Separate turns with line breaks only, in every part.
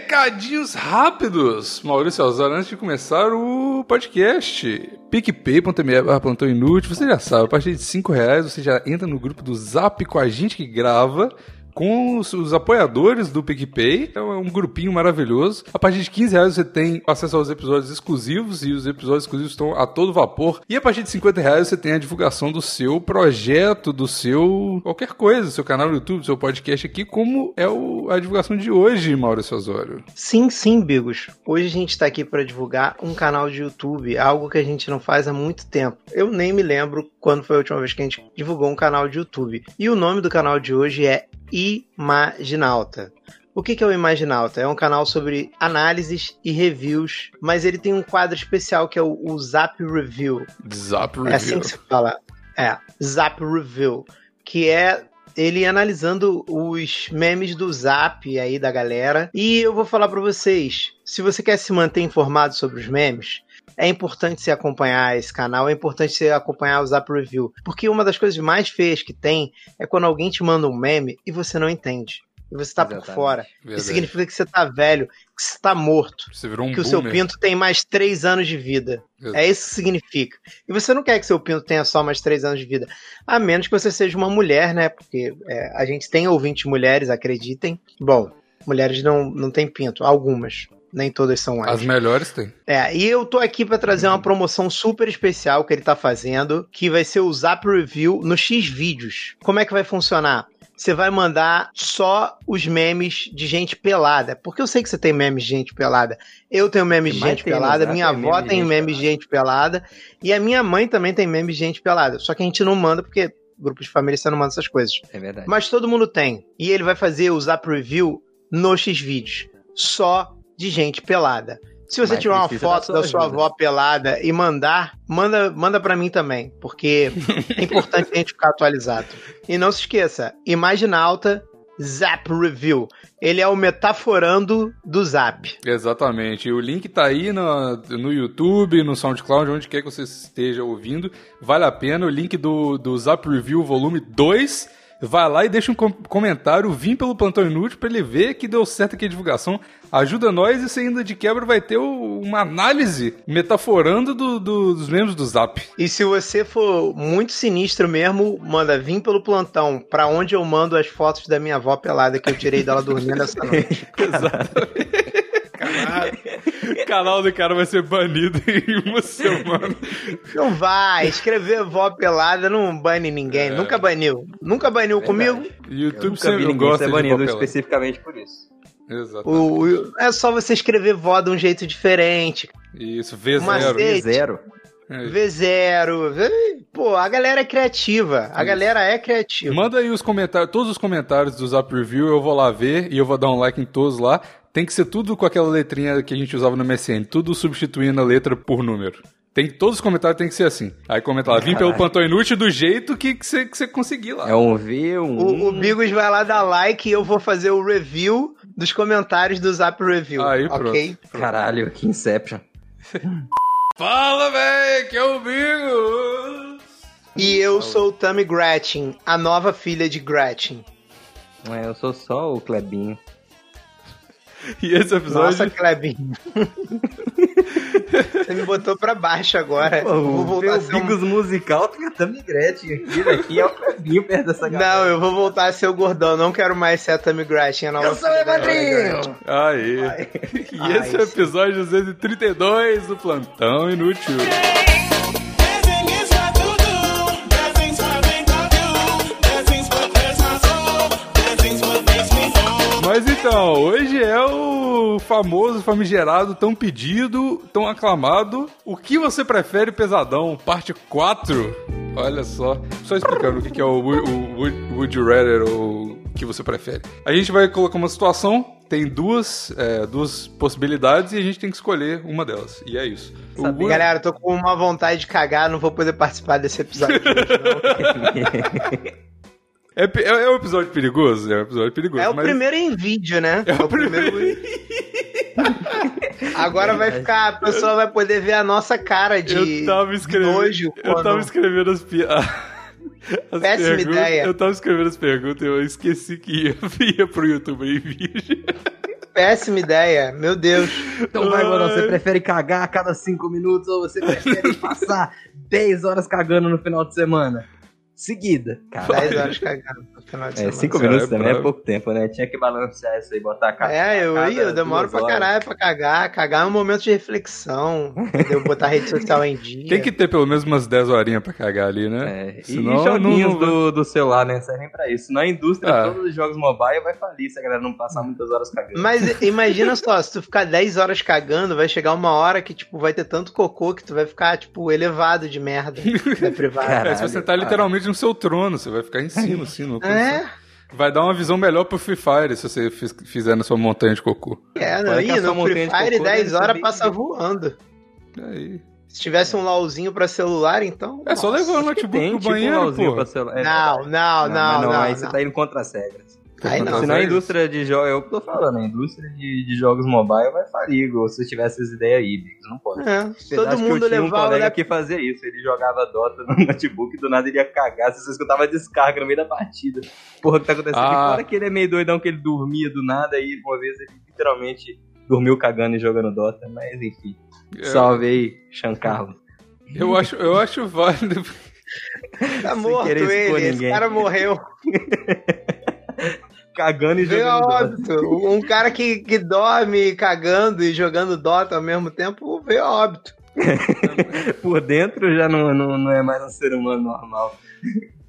Recadinhos rápidos! Maurício Alzar, antes de começar o podcast, picpay.me barra plantão inútil, você já sabe, a partir de 5 reais você já entra no grupo do Zap com a gente que grava, com os, os apoiadores do PicPay, então é um grupinho maravilhoso. A partir de 15 reais você tem acesso aos episódios exclusivos e os episódios exclusivos estão a todo vapor. E a partir de 50 reais você tem a divulgação do seu projeto, do seu qualquer coisa, seu canal no YouTube, seu podcast aqui, como é o- a divulgação de hoje, Maurício Osório.
Sim, sim, Bigos. Hoje a gente tá aqui para divulgar um canal de YouTube, algo que a gente não faz há muito tempo. Eu nem me lembro quando foi a última vez que a gente divulgou um canal de YouTube. E o nome do canal de hoje é Imaginalta. O que que é o Imaginalta? É um canal sobre análises e reviews, mas ele tem um quadro especial que é o, o Zap Review.
Zap
É assim
Review.
que se fala. É, Zap Review, que é ele analisando os memes do Zap aí da galera. E eu vou falar pra vocês, se você quer se manter informado sobre os memes, é importante você acompanhar esse canal, é importante você acompanhar o Zap Review, porque uma das coisas mais feias que tem é quando alguém te manda um meme e você não entende. E você tá por
Exatamente.
fora.
Verdade.
Isso significa que você tá velho, que você tá morto
Você virou um
que o seu
boomer.
pinto tem mais três anos de vida.
Exato.
É isso que significa. E você não quer que seu pinto tenha só mais três anos de vida. A menos que você seja uma mulher, né? Porque é, a gente tem ouvintes mulheres, acreditem. Bom, mulheres não, não têm pinto. Algumas. Nem todas são
As
anjos.
melhores tem.
É, e eu tô aqui pra trazer uma promoção super especial que ele tá fazendo, que vai ser o Zap Review no X Vídeos. Como é que vai funcionar? Você vai mandar só os memes de gente pelada. Porque eu sei que você tem memes de gente pelada. Eu tenho memes
O
de
que mais
gente
tem no
pelada,
Zap
minha
é
avó
meme de
tem
gente
memes de gente pelada. E a minha mãe também tem memes de gente pelada. Só que a gente não manda porque grupo de família você não manda essas coisas.
É verdade.
Mas todo mundo tem. E ele vai fazer o Zap Review no Xvideos. Só de gente pelada. Se você
Mas
tirar uma
precisa
foto
da sua
da sua
ajuda.
avó pelada e mandar, manda, manda para mim também, porque é importante a gente ficar atualizado. E não se esqueça, Imagina Alta Zap Review. Ele é o metaforando do Zap.
Exatamente. E o link tá aí no, no YouTube, no SoundCloud, onde quer que você esteja ouvindo. Vale a pena. O link do, do Zap Review Volume 2. Vai lá e deixa um com- comentário. Vim pelo Plantão Inútil pra ele ver que deu certo aqui a divulgação. Ajuda nós e você ainda de quebra vai ter o- uma análise metaforando do- do- dos membros do Zap.
E se você for muito sinistro mesmo, manda vir pelo plantão, pra onde eu mando as fotos da minha avó pelada que eu tirei dela dormindo essa noite.
O canal do cara vai ser banido em uma semana.
Não vai, escrever vó pelada não bane ninguém,
É.
nunca baniu. Nunca baniu
Verdade.
comigo.
Eu
YouTube
nunca vi
sempre
ninguém
gosta
ser
de
banido
papelão.
especificamente por isso.
Exato.
O- o- é só você escrever vó de um jeito diferente.
Isso, V0.
Uma vez- Gente.
Zero.
É.
V0. v- Pô, a galera é criativa. A
Isso.
galera é criativa.
Manda aí os comentários, todos os comentários do Zap Review, eu vou lá ver e eu vou dar um like em todos lá. Tem que ser tudo com aquela letrinha que a gente usava no MSN, tudo substituindo a letra por número. Tem todos os comentários tem que ser assim. Aí comenta lá, vim pelo
Caralho.
plantão inútil do jeito que que você que você conseguir lá.
É um V, um.
O, o
hum.
I.
Bigos vai lá dar like e eu vou fazer o review dos comentários do Zap Review.
Aí,
ok?
Caralho, que Inception.
Fala, véi, que é o Bigos!
E eu sou o Tammy Gretchen, a nova filha de Gretchen.
Ué, eu sou só o Clebinho.
E esse é episódio...
Nossa, Clebinho. Você me botou pra baixo agora. É, Eu vou voltar a ser um
musical tratando de Gretchen aqui, aqui é o Clebinho perto dessa
Não, eu vou voltar a ser o gordão, não quero mais ser a Tammy Gretchen. a nova filha da Gretchen.
Aí. E esse é o episódio 232 do Plantão Inútil.
Dancing is what you do. Dancing's what makes me do. Dancing's what lifts my soul. Dancing's what makes me fall.
Mas então, hoje é o famoso, famigerado, tão pedido, tão aclamado. O que você prefere, pesadão? Parte 4. Olha só. Só explicando o que que é o, wo- o would, would You Rather ou o que você prefere. A gente vai colocar uma situação. Tem duas, é, duas possibilidades e a gente tem que escolher uma delas. E é isso. O would-
Galera, eu tô com uma vontade de cagar, não vou poder participar desse episódio. hoje, não.
é, pe- é- é um episódio perigoso? É um episódio perigoso.
É o
mas-
primeiro em vídeo, né? É o primeiro. Agora vai ficar, a pessoa vai poder ver a nossa cara de
eu tava escrevendo,
nojo.
Eu
quando-
tava escrevendo as piadas.
Péssima ideia.
Eu tava escrevendo as perguntas e eu esqueci que ia, ia pro YouTube em vídeo.
Péssima ideia, meu Deus.
Então vai, mano, você prefere cagar a cada cinco minutos ou você prefere passar 10 horas cagando no final de semana? Seguida.
10
Caralho.
horas cagando no final de
É,
semana.
5
Cara,
minutos
é
também é
brabo.
pouco tempo, né? Tinha que balancear isso aí, botar a cara.
É, eu,
cada
ih, eu demoro
duas
pra
horas.
caralho pra cagar. Cagar é um momento de reflexão. Eu botar a rede social em dia.
Tem que ter pelo menos umas 10 horinhas pra cagar ali, né?
É, e
Senão, não-
joguinhos
não-
do, do celular, né? Servem pra isso. Na indústria,
Ah. Hum.
todos os jogos mobile vai falir se a galera não passar muitas horas cagando.
Mas imagina só, se tu ficar 10 horas cagando, vai chegar uma hora que, tipo, vai ter tanto cocô que tu vai ficar, tipo, elevado de merda da privada.
Cara,
É, você vai
Caralho,
sentar
cara.
literalmente no seu trono, você vai ficar em cima, assim, numa posição.
É,
Vai dar uma visão melhor pro Free Fire se você fiz- fizer na sua montanha de cocô.
é, não,
Fora que a
ih,
sua
no Free
montanha de
Fire
cocô deve
10
ser
horas
bem
passa voando.
Aí.
Se tivesse um LOLzinho pra celular, então.
É só
nossa.
levar o notebook pro
tipo, um
banheiro,
LOLzinho
pô.
tipo, pra celular. É,
Não, não, não, não.
mas
não,
Aí você tá indo contra as regras. Tipo,
Aí não.
Contra as
Se na
regras.
indústria de jogos, eu tô falando, a indústria de, de jogos mobile vai falir, igual se eu tivesse as ideias aí, Biggs, não pode.
É,
Apesar
todo
de que
mundo
eu tinha um
levava.
colega
né?
que fazia isso, ele jogava Dota no notebook e do nada ele ia cagar, você só escutava descarga no meio da partida. Porra, o que tá acontecendo?
Ah.
E Fora que ele é meio doidão, que ele dormia do nada e uma vez ele literalmente dormiu cagando e jogando Dota, mas enfim.
É,
Salve aí, Giancarlo.
Eu acho, eu acho válido.
Tá
sem
morto
querer expor
ele, esse
ninguém.
cara morreu.
Cagando e
Veio a
jogando Dota.
óbito. Um cara que, que dorme cagando e jogando Dota ao mesmo tempo veio a óbito.
Por dentro já não, não, não é mais um ser humano normal.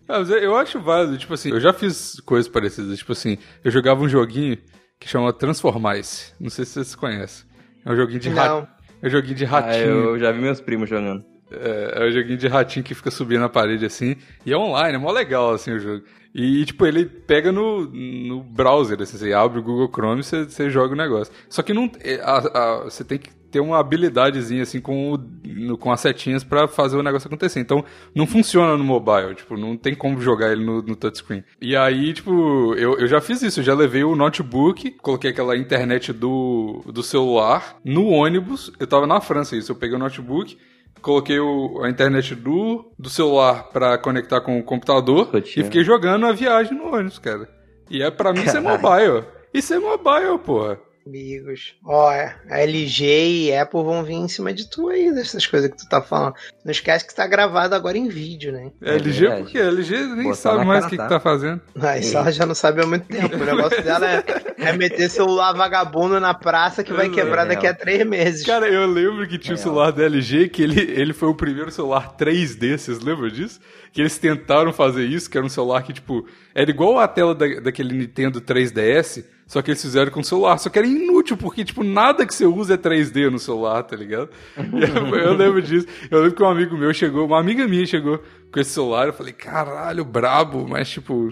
Ah, mas Eu acho válido, tipo assim, eu já fiz coisas parecidas. Tipo assim, eu jogava um joguinho que chama Transformice. Não sei se vocês conhecem. É um joguinho de ratinho.
Não.
É um joguinho de
Ah,
ratinho.
eu já vi meus primos jogando.
É, é um joguinho de ratinho que fica subindo na parede assim. E é online, é mó legal assim o jogo. E, tipo, ele pega no, no browser, assim, você abre o Google Chrome e você, você joga o negócio. Só que não, é, a- a- você tem que ter uma habilidadezinha assim com, o- no- com as setinhas pra fazer o negócio acontecer. Então não funciona no mobile, tipo, não tem como jogar ele no, no touchscreen. E aí, tipo, eu, eu já fiz isso, eu já levei o notebook, coloquei aquela internet do, do celular no ônibus. Eu tava na França isso, eu peguei o notebook. Coloquei o- a internet do, do celular pra conectar com o computador
Rotina.
e fiquei jogando a viagem no ônibus, cara. E é pra mim ser mobile. Isso é mobile, porra.
Amigos, ó, a LG e Apple vão vir em cima de tu aí, dessas coisas que tu tá falando. Não esquece que tá gravado agora em vídeo, né?
É
É
LG
verdade.
porque LG nem
Botar
sabe
na
mais
cara,
o que, que
tá?
tá fazendo.
Ah, isso ela já não sabe há muito tempo. O negócio dela é, é meter celular vagabundo na praça que vai
Pois é,
quebrar
né?
daqui a três meses.
Cara, eu lembro que tinha o
É.
celular da LG, que ele, ele foi o primeiro celular 3D, vocês lembram disso? Que eles tentaram fazer isso, que era um celular que, tipo, era igual a tela da- daquele Nintendo 3DS, só que eles fizeram com celular, só que era inútil, porque, tipo, nada que você usa é 3D no celular, tá ligado? E eu, eu lembro disso. Eu lembro que um amigo meu chegou, uma amiga minha chegou com esse celular, eu falei, caralho, brabo, mas, tipo,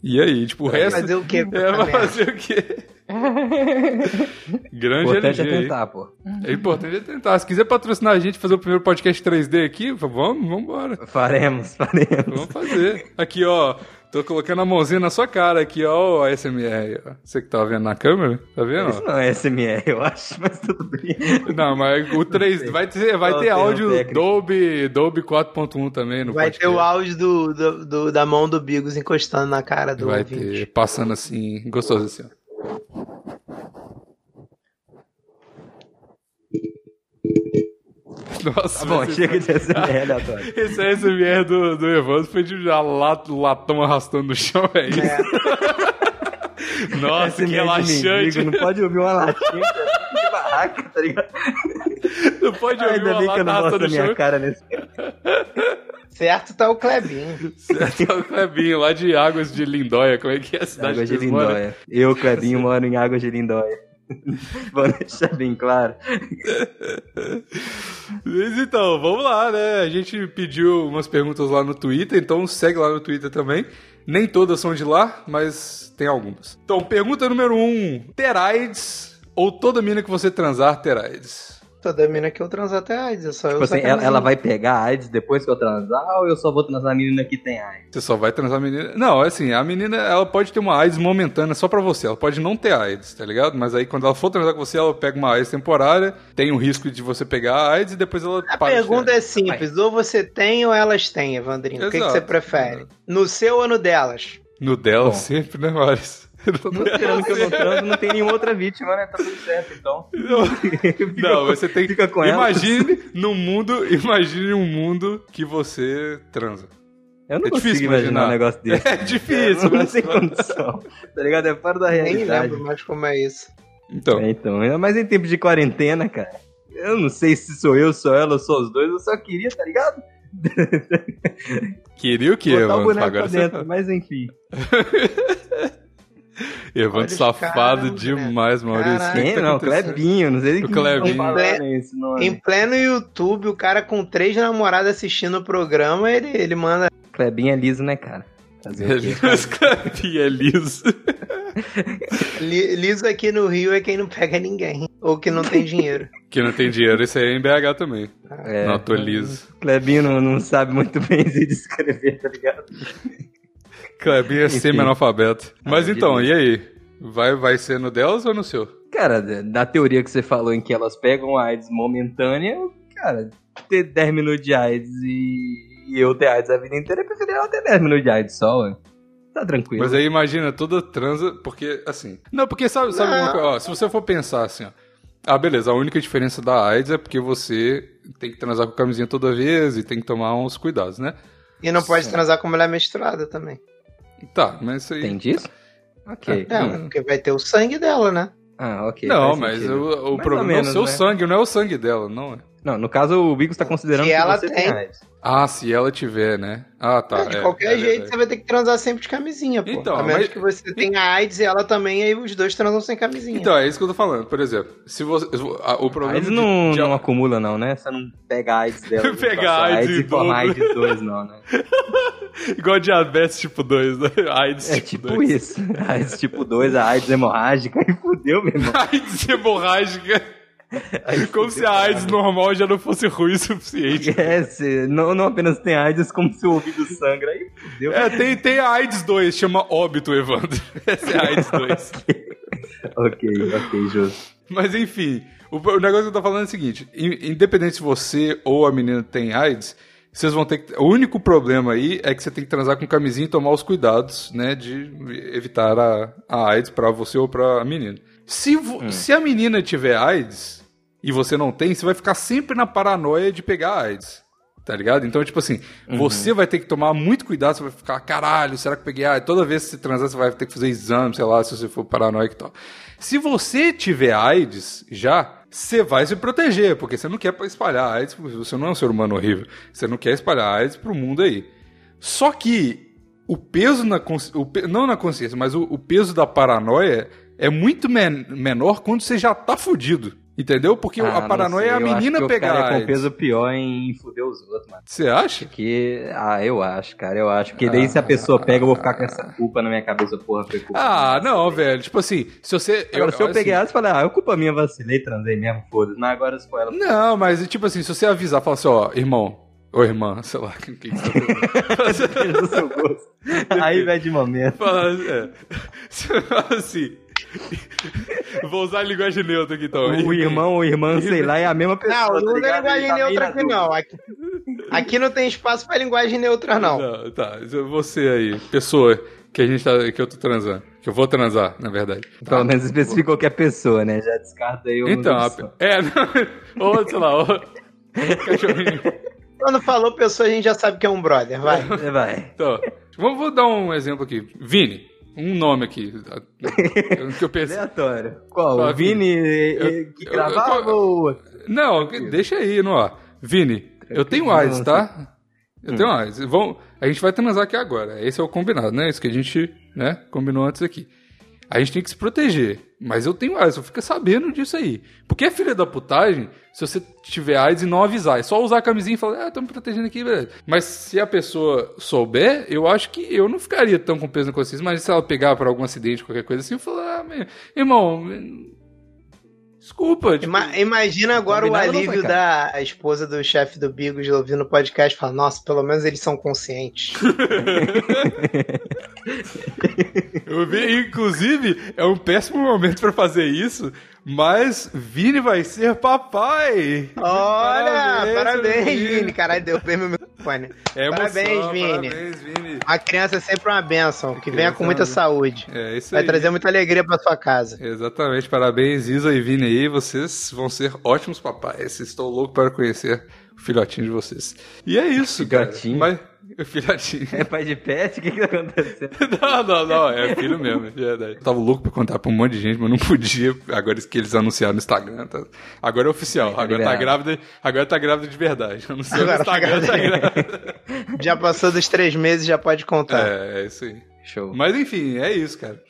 e aí? Tipo, o resto...
fazer o quê? com
É,
essa
vai
merda?
fazer o quê?
O
Grande LG,
importante é
hein?
tentar, pô.
É importante é tentar. Se quiser patrocinar a gente, fazer o primeiro podcast 3D aqui, vamos, vamos embora.
Faremos, faremos.
Vamos fazer. Aqui, ó. Tô colocando a mãozinha na sua cara aqui, ó, o ASMR. ó. Você que tá vendo na câmera, tá
Isso
vendo? ó?
não é SMR, eu acho, mas tudo bem.
Não, mas o 3D
sei.
vai ter, vai
Qual
ter
o termo
áudio
técnico?
Dolby, Dolby 4.1 também no
Vai
podcast.
ter o áudio do, do- do- da mão do Bigos encostando na cara do
Vai
ouvinte.
ter, passando assim, gostoso assim, ó. Nossa,
Tá bom,
mas-
chega de SMR aleatório.
Esse ASMR do, do Evandro foi de já lato, latão arrastando no chão, é isso?
É,
Nossa, que
SMR de mendigo,
relaxante.
Não pode ouvir uma latinha cara, de barraca, tá ligado?
Não pode ouvir
Ainda
uma
bem que
lata
eu não
arrastando
mostro a
no
minha
chão.
cara nesse.
certo tá o Clebinho.
Certo, é o Clebinho lá de Águas de Lindóia. Como é que é a cidade
Águas
que
de
eles moram?
Lindóia. Eu, Clebinho, moro em Águas de Lindóia. Vamos deixar bem claro.
Mas então, vamos lá, né? A gente pediu umas perguntas lá no Twitter, então segue lá no Twitter também. Nem todas são de lá, mas tem algumas. Então, pergunta número um: Terá AIDS ou toda mina que você transar terá AIDS?
Toda mina que eu transar até AIDS, é só eu
Tipo assim, ela,
sacanagem.
ela vai pegar AIDS depois que eu transar ou eu só vou transar a menina que tem AIDS?
Você só vai transar a menina. Não, é assim, a menina ela pode ter uma AIDS momentânea só pra você. Ela pode não ter AIDS, tá ligado? Mas aí quando ela for transar com você, ela pega uma AIDS temporária, tem o risco de você pegar a AIDS e depois ela
A pergunta é simples, ou você tem ou elas têm, Evandrinho. O que, que
Exato.
você prefere? No seu ou no delas?
No dela
Bom.
sempre, né, Maris?
Tô considerando que eu não transo, não tem nenhuma outra vítima, né? Tá tudo certo, então. Fica
Não,
com-
você tem que.
Fica com ela.
imagine num mundo. Imagine um mundo que você transa.
Eu não
é
consigo
difícil
imaginar,
imaginar.
um negócio desse.
É difícil,
não,
mas-
tem condição. Tá ligado? É fora da
Nem
realidade.
lembro mais como é isso.
Então.
É, então, ainda mais em tempo de quarentena, cara. Eu não sei se sou eu, sou ela, ou sou os dois, eu só queria, tá ligado?
Queria o quê,
Botar o
Evandro?
boneco
Agora
pra
você
dentro,
tá.
mas enfim.
Evandro
Olha,
safado
caramba,
demais, Maurício.
Caralho.
O que
Quem
que tá
não?
acontecendo?
Clebinho, não sei
O
que
Clebinho.
Isso, não
Em pleno YouTube, o cara com três namoradas assistindo o programa, ele, ele manda.
Clebinho é liso, né, cara? Fazer o quê?
Os Clebinho é liso.
"Li- Liso aqui no Rio é quem não pega ninguém. Ou que não tem dinheiro.
Que não tem dinheiro, isso aí é em BH também.
É,
Não, tô liso.
Clebinho não, não sabe muito bem se descrever, tá ligado?
Clebinho é semi-analfabeto. Mas
Ah,
então, e aí? Vai, vai ser no delas ou no seu?
Cara, da- da teoria que você falou em que elas pegam a AIDS momentânea, cara, ter 10 minutos de AIDS e, e eu ter AIDS a vida inteira, eu preferia ela ter 10 minutos de AIDS só, ué. Tá tranquilo.
Mas aí imagina, toda transa, porque assim. Não, porque sabe, sabe
Não.
uma coisa? Ó, se você for pensar assim, ó. Ah, beleza, a única diferença da AIDS é porque você tem que transar com camisinha toda vez e tem que tomar uns cuidados, né?
E não pode
Sim.
transar com mulher menstruada também.
Tá, mas isso aí.
Tem disso? Ok.
É,
Hum.
porque vai ter o sangue dela, né?
Ah, ok.
não,
faz
mas
sentido.
o, o
Mais
problema
ou
é
menos,
o seu
né?
sangue, não é o sangue dela, não é?
Não, no caso o Bigos tá considerando
Se
que
ela
você tem,
tem.
AIDS.
Ah, se ela tiver, né? Ah, tá.
de
é,
qualquer
é
jeito,
verdade.
você vai ter que transar sempre de camisinha, pô.
Então,
a menos
mas-
que você tenha AIDS e ela também, aí os dois transam sem camisinha.
Então, é isso que eu tô falando. Por exemplo, se você. a- O problema
AIDS
de-
não,
de-
não acumula não, né? Você não pega a AIDS dela. não
Pega
passa
a AIDS
e tipo,
em
forma
dobro.
AIDS 2 não, né?
Igual diabetes tipo 2, né? AIDS
É
tipo
tipo
2.
isso. A AIDS tipo 2, a AIDS hemorrágica, aí fudeu, meu
Tipo
irmão.
AIDS hemorrágica. Como se a AIDS normal já não fosse ruim o suficiente.
É, você não, não apenas tem AIDS, como se o ouvido sangra, aí fudeu.
É, tem, tem a AIDS 2, chama óbito, Evandro. Essa é a AIDS 2.
Ok, ok, justo.
Mas enfim, o, o negócio que eu tô falando é o seguinte: in- independente se você ou a menina tem AIDS, vocês vão ter que. O único problema aí é que você tem que transar com camisinha e tomar os cuidados, né? De evitar a, a AIDS pra você ou pra menina. Se, vo- se a menina tiver AIDS e você não tem, você vai ficar sempre na paranoia de pegar AIDS. Tá ligado? Então, tipo assim,
Uhum.
você vai ter que tomar muito cuidado, você vai ficar, caralho, será que eu peguei AIDS? Toda vez que você transar, você vai ter que fazer exame, sei lá, se você for paranoico e tal. Se você tiver AIDS já, você vai se proteger, porque você não quer espalhar AIDS, você não é um ser humano horrível, você não quer espalhar AIDS pro mundo aí. Só que o peso na consci- o pe- não na consciência, mas o, o peso da paranoia é muito men- menor quando você já tá fudido. Entendeu? Porque
Ah,
a
não
paranoia
sei,
é a
eu acho
menina
que o
pegar
cara é com
AIDS.
peso pior em fuder os outros, mano.
Você acha?
Que, ah, eu acho, cara, eu acho. Porque daí se a pessoa pega, eu vou ficar com essa culpa na minha cabeça, porra, foi culpa.
Ah,
minha.
não, velho. Tipo assim, se você.
Agora, se eu
assim,
peguei AIDS, eu falei, ah, eu culpa minha, vacilei, transei mesmo, foda-se. Não, agora se for ela.
Não, mas tipo assim, se você avisar, falar assim, ó, irmão, ou irmã, sei lá, quem que você tá falando?
seja do seu gosto. Aí vai de momento.
Fala, é. Você fala assim. Vou usar a linguagem neutra aqui então.
O irmão ou irmã, sei lá, é a mesma
Não,
pessoa. tá
não tem
ligado?
linguagem
Ele tá meio
neutra
na
aqui
dúvida.
não. Aqui, aqui não tem espaço pra linguagem neutra, não.
Não, tá. Você aí, pessoa que a gente tá. que eu tô transando. Que eu vou transar, na verdade. tá?
Pelo menos especificou que é pessoa, né? Já descarta aí o.
Então, a- é, não, ou sei lá, ou. Cachorrinho.
Quando falou pessoa, a gente já sabe que é um brother, vai.
Vai.
Então, vamos vou dar um exemplo aqui. Vini, um nome aqui. Que eu pensei.
Aleatório. Qual?
Fala,
o Vini eh, eh,
eu-
que
eu-
gravava
eu-
ou.
Não, deixa aí no ar. Vini, eu tenho AIDS, tá? Eu tenho AIDS. Vamos, a gente vai transar aqui agora. Esse é o combinado, né? Isso que a gente né, combinou antes aqui. A gente tem que se proteger. Mas eu tenho AIDS, eu fico sabendo disso aí. Porque é filha da putagem se você tiver AIDS e não avisar. É só usar a camisinha e falar, ah, tô me protegendo aqui, beleza. Mas se a pessoa souber, eu acho que eu não ficaria tão com peso na consciência. Mas se ela pegar por algum acidente, qualquer coisa assim, eu falar, ah, meu, irmão, desculpa. tipo,
Ima- imagina agora o
Combinado não
alívio
foi,
da esposa do chefe do Bigos ouvindo o podcast e falar, nossa, pelo menos eles são conscientes.
Eu vi, inclusive, é um péssimo momento pra fazer isso, Mas Vini vai ser papai!
Olha,
Parabéns,
parabéns,
Vini.
Vini. Caralho, deu bem meu microfone.
É emoção,
Parabéns, Vini.
Parabéns, Vini.
A criança é sempre uma benção. Que venha
Criança
com muita
é uma-
saúde.
É isso
Vai
aí.
trazer muita alegria pra sua casa.
Exatamente, parabéns Isa e Vini aí, vocês vão ser ótimos papais. Estou louco para conhecer o filhotinho de vocês. E é isso,
Filhotinho?
cara. Mas- o filhotinho.
É pai de pet? O que que tá acontecendo?
Não, não, não, é filho mesmo, é verdade. Eu tava louco pra contar pra um monte de gente, mas não podia. Agora que eles anunciaram no Instagram, tá- agora é oficial.
tá
agora tá
liberado.
grávida, agora tá grávida de verdade. Anunciou no
Agora tá
Instagram, tá grávida.
Já passou dos três meses, já pode contar.
É, é isso aí.
Show.
Mas enfim, é isso, cara.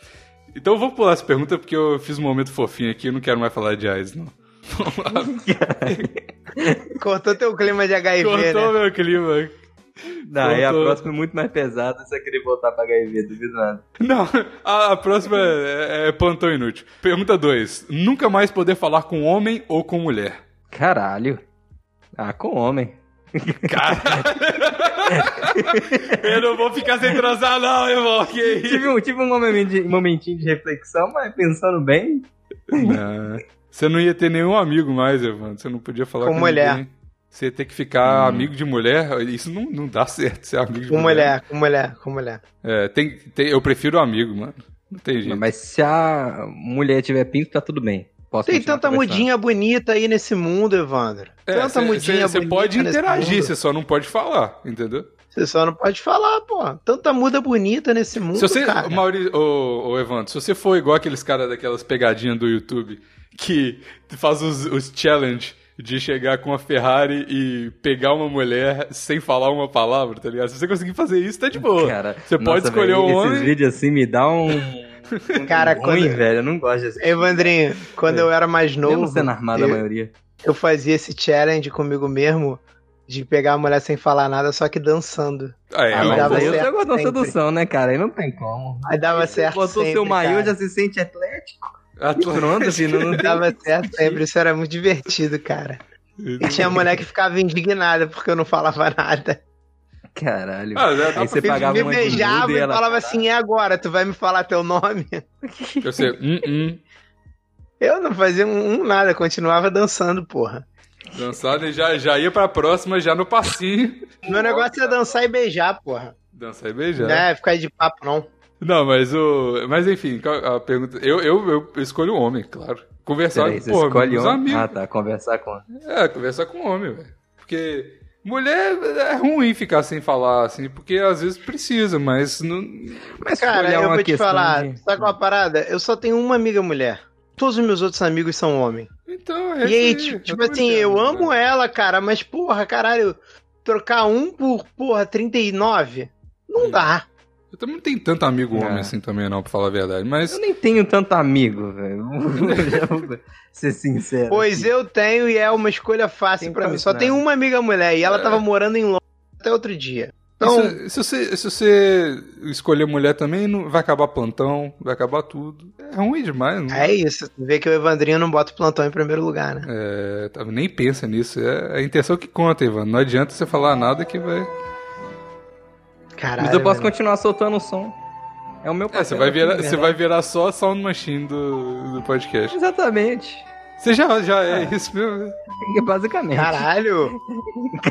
Então eu vou pular essa pergunta porque eu fiz um momento fofinho aqui e não quero mais falar de AIDS, não. Vamos lá.
Cortou teu clima de HIV,
É. Cortou
né?
meu clima.
Não, e a
Voltou.
próxima é muito mais pesada, você vai querer voltar pra HIV, duvido nada.
Não, a, a próxima é, é plantão inútil. Pergunta 2. Nunca mais poder falar com homem ou com mulher?
Caralho. Ah, com homem.
Eu não vou ficar sem transar, não, irmão. Que isso?
Tive um, tive um momentinho de, momentinho de reflexão, mas pensando bem,
Não. Você não ia ter nenhum amigo mais, Evandro. Você não podia falar
Com
com,
mulher.
Ninguém. Você ia ter que ficar amigo de mulher. Isso não, não dá certo, ser amigo de
Com mulher, com mulher, com mulher.
É, tem, tem- eu prefiro amigo, mano. Não tem jeito.
mas se a mulher tiver pinto, tá tudo bem. Posso
Tem
continuar
tanta
conversando.
mudinha bonita aí nesse mundo, Evandro.
É,
tanta
cê-
mudinha
cê-
bonita.
cê pode
nesse
interagir,
mundo.
você só não pode falar, entendeu?
Você só não pode falar, pô. Tanta muda bonita nesse mundo,
Se você,
cara.
Mauri, ô, ô, Evandro, se você for igual aqueles caras daquelas pegadinhas do YouTube que faz os, os challenge de chegar com a Ferrari e pegar uma mulher sem falar uma palavra, tá ligado? Se você conseguir fazer isso, tá de boa.
Cara,
Você pode
nossa,
escolher
velho,
um
Esses
homem.
vídeos assim me dá um.
Cara,
um ruim,
quando-
velho. Eu não gosto de assistir.
Evandrinho, quando
É.
eu era mais
Mesmo
novo,
sendo armado a
eu,
maioria.
eu fazia esse challenge comigo mesmo de pegar a mulher sem falar nada, só que dançando.
Ah, é,
Ah,
é uma
dá
mas
boa.
aí
certo
eu gosto da
sempre.
sedução, né, cara? Aí não tem como.
Aí dava
Você
certo
botou
sempre,
seu maiô,
cara.
já se sente atlético. E
Atleta-
pronto, filho. Não tem...
Dava certo sempre, isso era muito divertido, cara. E tinha mulher que ficava indignada porque eu não falava nada.
Caralho.
Ah, dá- dá
aí você
Eles
pagava
me
uma de nude
beijava
e
e
ela...
falava assim, é agora, tu vai me falar teu nome?
Eu sei, hum, hum,
Eu não fazia um, um nada, continuava dançando, porra.
dançado e né? já, já ia pra próxima, já no passinho.
Meu negócio é dançar e beijar, porra.
Dançar e beijar.
Não
Né?
é ficar de papo, não.
Não, mas o. Mas enfim, qual- a pergunta. Eu, eu, eu escolho o homem, claro. Conversar
Peraí, você
pô,
escolhe
com os
um.
amigos.
Ah, tá. Conversar com.
É, conversar com o homem, velho. Porque mulher é ruim ficar sem falar, assim, porque às vezes precisa, mas não.
Mas
Cara,
escolher
eu
uma
vou te
questão
falar,
de-
sabe qual é a parada? Eu só tenho uma amiga mulher. Todos os meus outros amigos são homens.
Então é
E aí,
isso
tá
tipo,
eu
tipo
tô
assim,
entendendo,
eu amo
né?
ela, cara, mas porra, caralho, trocar um por, porra, 39? Não dá.
Eu também não tenho tanto amigo homem
É.
assim também, não, pra falar a verdade. Mas.
Eu nem tenho tanto amigo, velho. Já vou ser sincero.
Pois eu tenho e é uma escolha fácil
assim. Tem
pra mim.
quase
Só
nada. É.
tem uma amiga mulher e ela tava morando em Londres até outro dia. Então,
Se, se você, se você escolher mulher também, não, vai acabar plantão, vai acabar tudo. É ruim demais, não.
é isso. Tu vê que o Evandrinho não bota o plantão em primeiro lugar, né?
É, tá- nem pensa nisso. É a intenção que conta, Ivan. Não adianta você falar nada que vai.
Caralho.
Mas eu posso
velho.
continuar soltando o som. É o meu
É,
papel.
você vai
aqui,
virar,
na
você
verdade.
vai virar só a sound machine do, do podcast.
Exatamente.
Você já, já é isso mesmo.
Basicamente.
Caralho,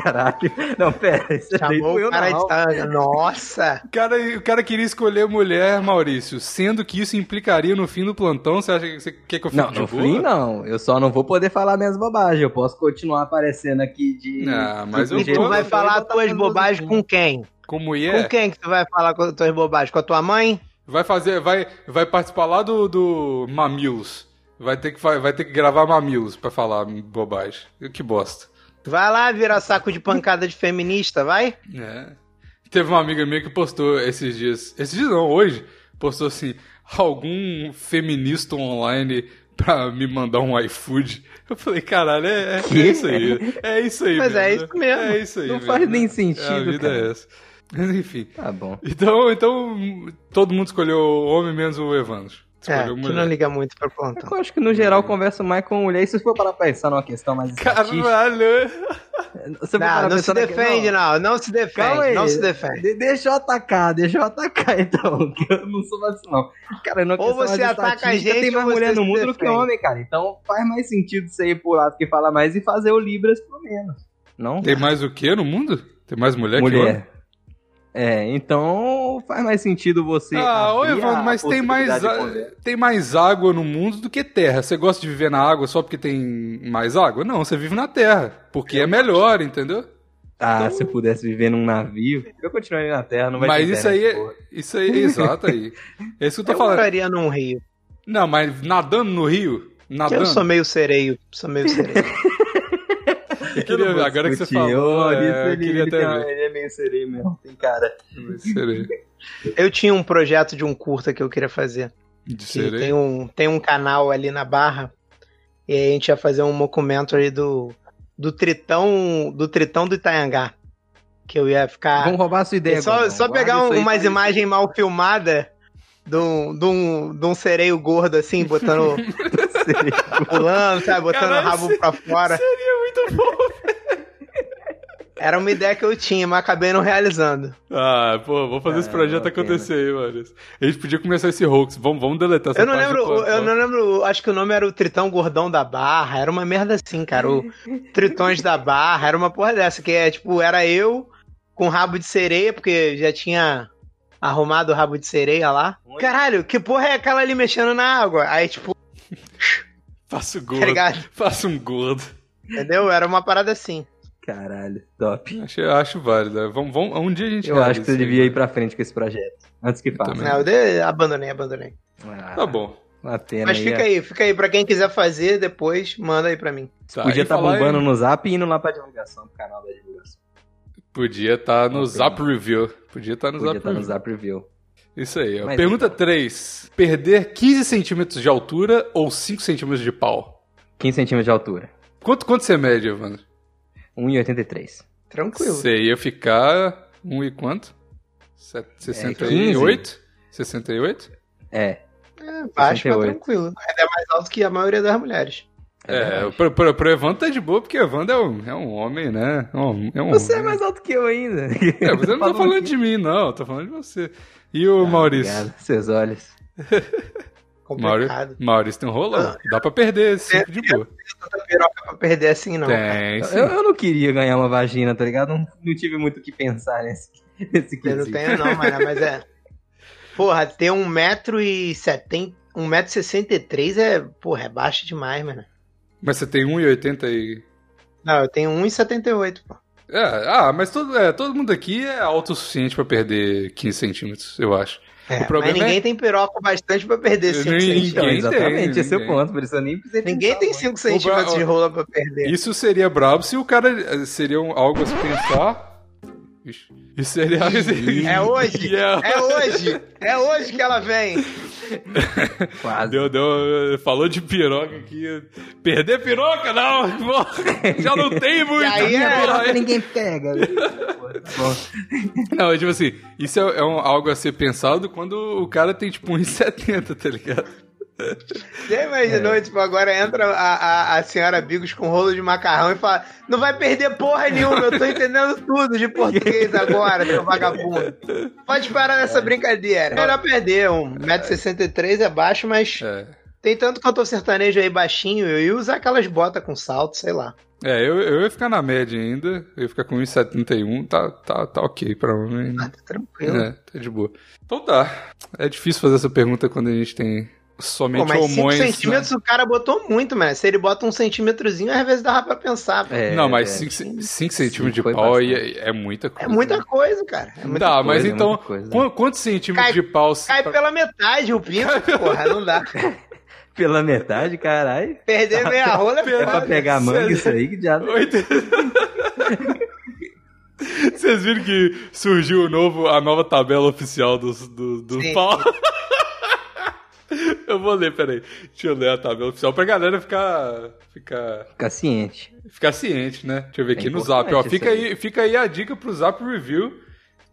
Caralho. Não, pera. Isso aí
chamou
fui eu
o cara
na
de
aula.
tá... Nossa!
O cara, o cara queria escolher mulher, Maurício, sendo que isso implicaria no fim do plantão. Você acha que você quer que eu fique
Não,
de
no
boa?
fim não. Eu só não vou poder falar minhas bobagens. Eu posso continuar aparecendo aqui de.
Não, Ah, mas
Do
eu
E
jeito
tô-
tu vai
que eu
falar
tô
tuas
falando
bobagens
do-
com quem?
Com
Com
mulher,
quem que tu vai falar com tuas bobagens? Com a tua mãe?
é? vai fazer, vai, vai participar lá do, do Mamilos. Vai ter que, fa- vai ter que gravar Mamilos pra falar bobagem. Que bosta.
Vai lá virar saco de pancada de feminista, vai?
É. Teve uma amiga minha que postou esses dias. Esses dias não, hoje. Postou assim: algum feminista online pra me mandar um iFood. Eu falei, caralho, é, é isso aí. É isso aí.
Mas é isso mesmo.
É isso aí.
Não faz nem
sentido. a
sentido.
vida
cara.
é essa. Mas enfim.
Tá bom.
Então, então, todo mundo escolheu homem menos o Evandro.
É,
Escolheu
tu
mulher.
não liga muito pra
É
plantão.
Eu acho que no geral eu converso mais com mulher. E se for parar pra pensar numa questão mais. estatística,
Caralho!
Você vai
Não,
parar
não se
pensando que-
defende, né? não. Não se
Calma
defende,
aí.
não se defende.
De- deixa eu atacar, deixa eu atacar então, que eu não sou vacilão. Cara, não
Ou você ataca a gente,
tem mais
ou
mulher
você
no
se
mundo do que
defende.
homem, cara. Então faz mais sentido você ir pro lado que fala mais e fazer o Libras pelo menos. Não?
Tem mais o que no mundo? Tem mais mulher, que homem?
mulher. É, então faz mais sentido você.
Ah, ô
abrir a
Evandro, mas tem mais,
possibilidade
a-
de conversa.
tem mais água no mundo do que terra. Você gosta de viver na água só porque tem mais água? Não, você vive na terra, porque é melhor, entendeu?
Ah, se eu pudesse viver num navio, eu continuaria na Terra, não vai
Mas
ter
isso aí
internet,
é-
porra.
Isso aí, exato aí. É isso que eu tô
Eu
falando.
moraria num rio.
Não, mas nadando no rio,
que Eu
nadando.
sou meio sereio. Sou meio sereio.
Eu queria
não
ver,
vou
é- agora que você
discutir.
falou,
Ô,
é,
nisso
eu
ele,
queria
ele
até
tem-
ver.
ele é meio sereio mesmo, tem cara.
Sereia.
Eu tinha um projeto de um curta que eu queria fazer.
De
que
sereia.
tem um, tem um canal ali na Barra. E aí a gente ia fazer um documentary do, do Tritão do Tritão do Itaiangá. Que eu ia ficar.
Vamos roubar a sua ideia.
É só,
Gordão.
só
Guarda
pegar
isso
um-
aí,
umas
guarda
imagens mal filmadas de um, de, um, de um sereio gordo assim, botando. pulando, sabe? Botando
Caralho,
o rabo pra fora.
Seria muito bom.
Era uma ideia que eu tinha, mas acabei não realizando.
Ah, pô, vou fazer esse
Caramba,
projeto
pena.
acontecer aí, mano. A gente podia começar esse hoax. Vamos, vamos deletar essa então.
Eu não
parte do
lembro, eu
plantão.
não lembro, acho que o nome era o Tritão Gordão da Barra, era uma merda assim, cara. O Tritões da Barra, era uma porra dessa, que é tipo, era eu com rabo de sereia, porque já tinha arrumado o rabo de sereia lá.
Muito.
Caralho, que porra é aquela ali mexendo na água? Aí, tipo,
Faço
tá
gordo.
ligado?
Faço um gordo.
Entendeu? Era uma parada assim.
Caralho, top.
Acho, acho válido. Vamos, vamos, um dia a gente
Eu
realiza
acho que você
isso aí,
devia ir
mano.
pra frente com esse projeto. Antes que faça.
também.
Não, eu de- abandonei, abandonei.
Ah,
Tá bom.
Uma pena é.
Mas fica aí, fica aí. Pra quem quiser fazer, depois manda aí pra mim.
Tá, e
Podia estar tá
falar em-
bombando no zap e indo lá pra divulgação, pro canal da divulgação.
Podia estar no
Não,
Zap Review. Podia estar no
Podia
Zap
estar no
Review.
zap review.
Isso aí. ó.
Mas
Pergunta
então.
3. Perder 15 centímetros de altura ou 5 centímetros de pau?
15 centímetros de altura.
Quanto, quanto você mede, Evandro?
1,83.
Tranquilo.
Você ia ficar 1 e quanto? Set- 68? 68?
É.
Baixo, mas
68.
tranquilo. Ainda é mais alto que a maioria das mulheres.
É,
verdade.
pro, pro, pro Evandro tá de boa, porque o Evandro é um, é um homem, né? É um, é um
Você é
homem.
mais alto que eu ainda.
É, mas eu não tô
Falando
falando de mim, não. Eu tô falando de você. E o
Ah,
Maurício?
obrigado, Seus olhos.
Mauri-
Complicado.
Maurício tem um rolão. Dá pra perder cinco de boa.
Tanta piroca pra perder assim, não. cara.
Tem, sim.
Eu, eu não queria ganhar uma vagina, tá ligado? Não, não tive muito o que pensar nesse, nesse
Eu não
quesito.
tenho, não, mano. Mas é. Porra, ter 1,70m. 1,63m é. Porra, é baixo demais, mano.
Mas você tem 1,80 e...
Não, eu tenho 1,78, pô.
É, ah, mas todo, é, todo mundo aqui é autossuficiente pra perder 15 centímetros, eu acho.
É,
O problema
mas ninguém
é-
tem piroca bastante pra perder
Eu
5
nem-
centímetros.
Então,
Ninguém
exatamente,
tem,
esse é o
ninguém.
ponto. Por isso eu nem precisei
Ninguém
pensar
tem
muito.
5 centímetros de rola pra
É.
perder.
Isso seria brabo se o cara... Seria um- algo a se pensar... Ixi. Isso seria...
É hoje?
Yeah.
É hoje! É hoje que ela vem!
Quase.
Deu, deu, falou de piroca aqui. Perder piroca, não! Já não tem muito!
E aí é-
porra,
Piroca ninguém pega. Pô, tá bom.
Não, é tipo assim, isso é, é um- algo a ser pensado quando o cara tem tipo 1,70, tá ligado?
Já imaginou, tipo, agora entra a, a, a senhora Bigos com rolo de macarrão e fala: Não vai perder porra nenhuma, eu tô entendendo tudo de português agora, seu vagabundo. Pode parar nessa brincadeira. Melhor perder, um 1,63m é baixo, mas
É,
tem tanto cantor sertanejo aí baixinho, eu ia usar aquelas botas com salto, sei lá.
é eu, eu ia ficar na média ainda, eu ia ficar com 1,71, tá, tá, tá ok pra homem.
Ah,
né?
tá tranquilo.
É, tá de boa. Então tá, é difícil fazer essa pergunta quando a gente tem
Pô,
somente né?
mas 5
homões. na-
centímetros o cara botou muito, mano. Se ele bota um centímetrozinho, às vezes dava pra pensar. pô. É,
É,
Não, mas
é.
5 centímetros de
Foi
pau
bastante.
é, é muita coisa.
muita coisa, cara. É muita
Tá, mas
coisa, é
então,
muita coisa.
quan- quantos centímetros
Cai-
de pau... se-
Cai pela metade o pinto, porra, não dá.
Pela metade, caralho.
Perder meia rola é
Pera-
É
foda.
pra pegar a manga isso aí, que diabo.
Oito- Vocês viram que surgiu o novo, a nova tabela oficial do, do, do
Sim.
pau? Eu vou ler, peraí. Deixa eu ler a tabela oficial pra galera ficar, ficar,
Fica ciente.
ficar ciente, né? Deixa eu ver aqui
É
no Zap. Ó,
importante
fica,
isso aí.
aí, fica aí a dica pro Zap Review.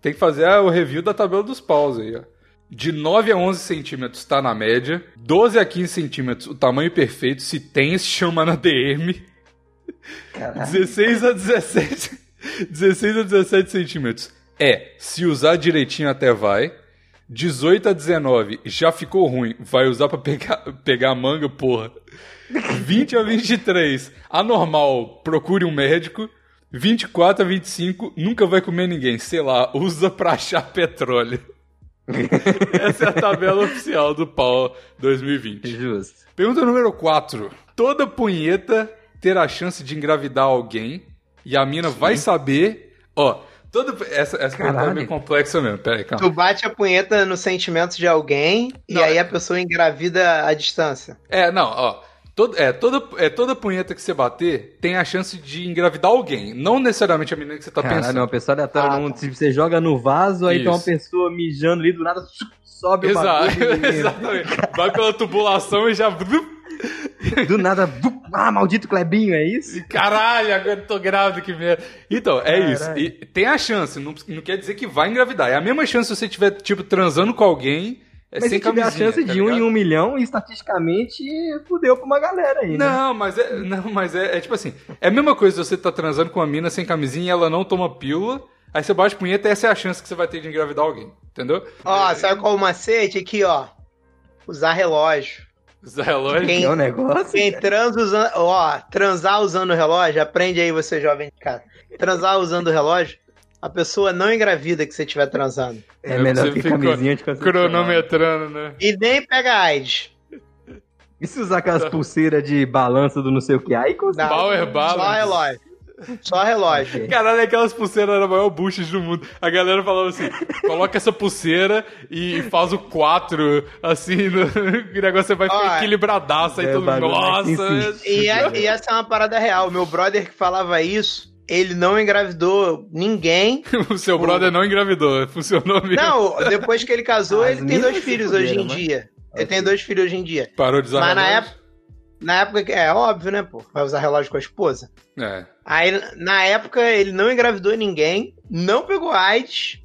Tem que fazer o review da tabela dos paus aí, ó. De 9 a 11 centímetros tá na média. 12 a 15 centímetros, o tamanho perfeito. Se tens, chama na DM.
Caralho.
16 a 17. 16 a 17 centímetros. É, se usar direitinho até vai. 18 a 19, já ficou ruim. Vai usar pra pegar, pegar a manga, porra. 20 a 23, anormal, procure um médico. 24 a 25, nunca vai comer ninguém. Sei lá, usa pra achar petróleo. Essa é a tabela oficial do pau 2020.
Justo.
Pergunta número 4. Toda punheta terá a chance de engravidar alguém e a mina vai saber. Ó, toda. Essa, essa pergunta é
Caralho.
meio complexa mesmo. Pera aí, calma.
Tu bate a punheta no sentimento de alguém
Não,
e aí
é-
a pessoa engravida à distância.
É, não, ó. Todo, é, toda, é, toda punheta que você bater tem a chance de engravidar alguém. Não necessariamente a menina que você tá
Caralho,
pensando.
uma pessoa aleatória.
Ah,
não-
tá.
Se você joga no vaso, aí tem uma
Isso.
pessoa mijando ali, do nada su- sobe o
Exato,
bagulho.
exatamente. Vai pela tubulação e já.
e Do nada, bu- ah, maldito Clebinho, é isso?
Caralho, agora eu tô grávida, que merda. Então, é
Caralho.
isso. E tem a chance, não, não quer dizer que vai engravidar. É a mesma chance se você estiver, tipo, transando com alguém. É
Mas
sem
se tiver a
camisinha,
chance
tá
de um
ligado?
em um milhão, e estatisticamente, fudeu pra uma galera aí, né?
Não, mas é. Não, mas é, é tipo assim, é a mesma coisa você tá transando com uma mina sem camisinha e ela não toma pílula. Aí você bate punheta e essa é a chance que você vai ter de engravidar alguém. Entendeu?
Ó, sabe qual o macete? Aqui, ó. Usar relógio.
Zé relógio.
Que é um negócio.
Quem transa usando. Ó, transar usando relógio, aprende aí você, jovem de casa. Transar usando relógio, a pessoa não engravida que você estiver transando.
É melhor
Você
que
ficou
camisinha de concentração.
Cronometrando, né?
E nem pega AIDS.
E se usar aquelas pulseiras de balança do não sei o que? Aí consegue.
Não.
Power
Só
balance.
relógio. Só relógio.
Caralho, aquelas pulseiras eram a maior bucha do mundo. A galera falava assim: coloca essa pulseira e faz o 4, assim, no... o negócio vai ficar
Ó,
equilibradaço. Aí
é,
todo mundo,
bagulho,
nossa.
mas insiste.
E, é- e essa é uma parada real. Meu brother que falava isso, ele não engravidou ninguém.
é." O seu brother não engravidou, funcionou mesmo.
Não, depois que ele casou,
Ah,
As
ele tem
minas
assim
dois
se
filhos
fuderam,
hoje em
né?
dia. Ele tem dois filhos hoje em dia.
Parou de usar
Mas na
relógio?
Na época que. É óbvio, né, pô? Vai usar relógio com a esposa.
É.
Aí, na época, ele não engravidou ninguém, não pegou AIDS,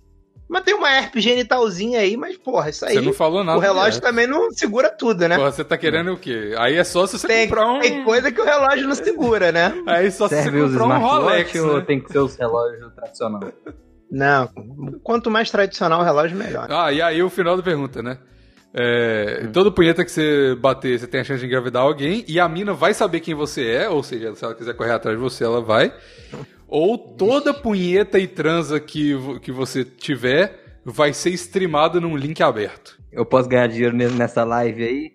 mas tem uma herpes genitalzinha aí, mas, porra, isso aí.
Você não falou nada.
o relógio
né?
também não segura tudo, né?
Porra, você tá querendo o quê? Aí é só se você
Tem,
comprar um.
tem coisa que o relógio não segura, né?
Aí é só se você
Serve os
comprar um Rolex.
smartwatch ou
né?
tem que ser os relógios tradicionais?
Não, quanto mais tradicional o relógio, melhor.
Ah, e aí o final da pergunta, né? É, Todo punheta que você bater, você tem a chance de engravidar alguém, e a mina vai saber quem você é, ou seja, se ela quiser correr atrás de você, ela vai. Ou toda punheta e transa que, vo- que você tiver vai ser streamada num link aberto.
Eu posso ganhar dinheiro ne- nessa live aí?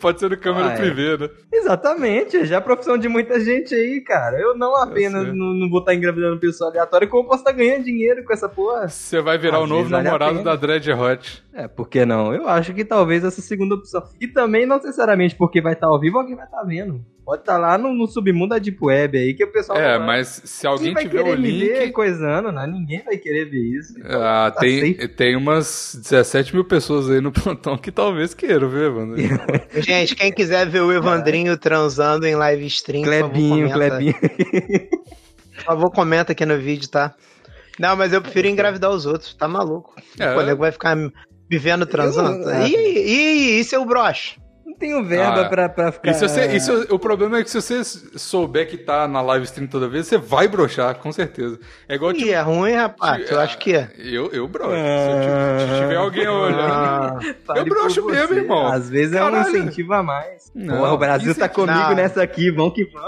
Pode ser no câmera
Ah, é.
privê, né?
Exatamente, já é a profissão de muita gente aí, cara. Eu não apenas
sei.
não, não vou estar engravidando pessoa aleatória, como eu posso estar ganhando dinheiro com essa porra?
Você vai virar
Às
o novo
vezes vale a
namorado
pena.
da Dread Hot.
É, por que não? Eu acho que talvez essa segunda opção. E também, não necessariamente porque vai estar ao vivo, alguém vai estar vendo. Pode estar lá no, no submundo da Deep Web aí, que o pessoal.
É,
Então vai-
mas se
Quem
alguém
vai
tiver
querer
o
me ver
link.
coisando, né? Ninguém vai querer ver isso.
ah,
tá
tem,
safe.
tem umas 17 mil pessoas aí no plantão que talvez queiram ver, mano.
Gente, quem quiser ver o Evandrinho transando em live stream, por favor,
Clebinho,
comenta.
Clebinho.
Por favor, comenta aqui no vídeo, tá? Não, mas eu prefiro engravidar os outros, tá maluco?
É.
O nego vai ficar me vendo transando?
Eu-
Ih, ih, e seu broche?
Não tenho verba
Ah,
pra, pra ficar.
E se você, e se- o problema é que se você souber que tá na live stream toda vez, você vai broxar, com certeza. É igual tipo,
Ih, é ruim, rapaz.
tipo,
Eu
ah,
acho que é.
Eu, eu broxo.
Ah.
Se, eu- se tiver alguém olhando.
Ah,
Fale
Eu broxo
por
mesmo,
você.
irmão.
Às vezes é um
Caralho.
incentivo a mais.
Não, é
Porra, o Brasil tá
incentivo-
comigo
Não.
nessa aqui, vão que vão.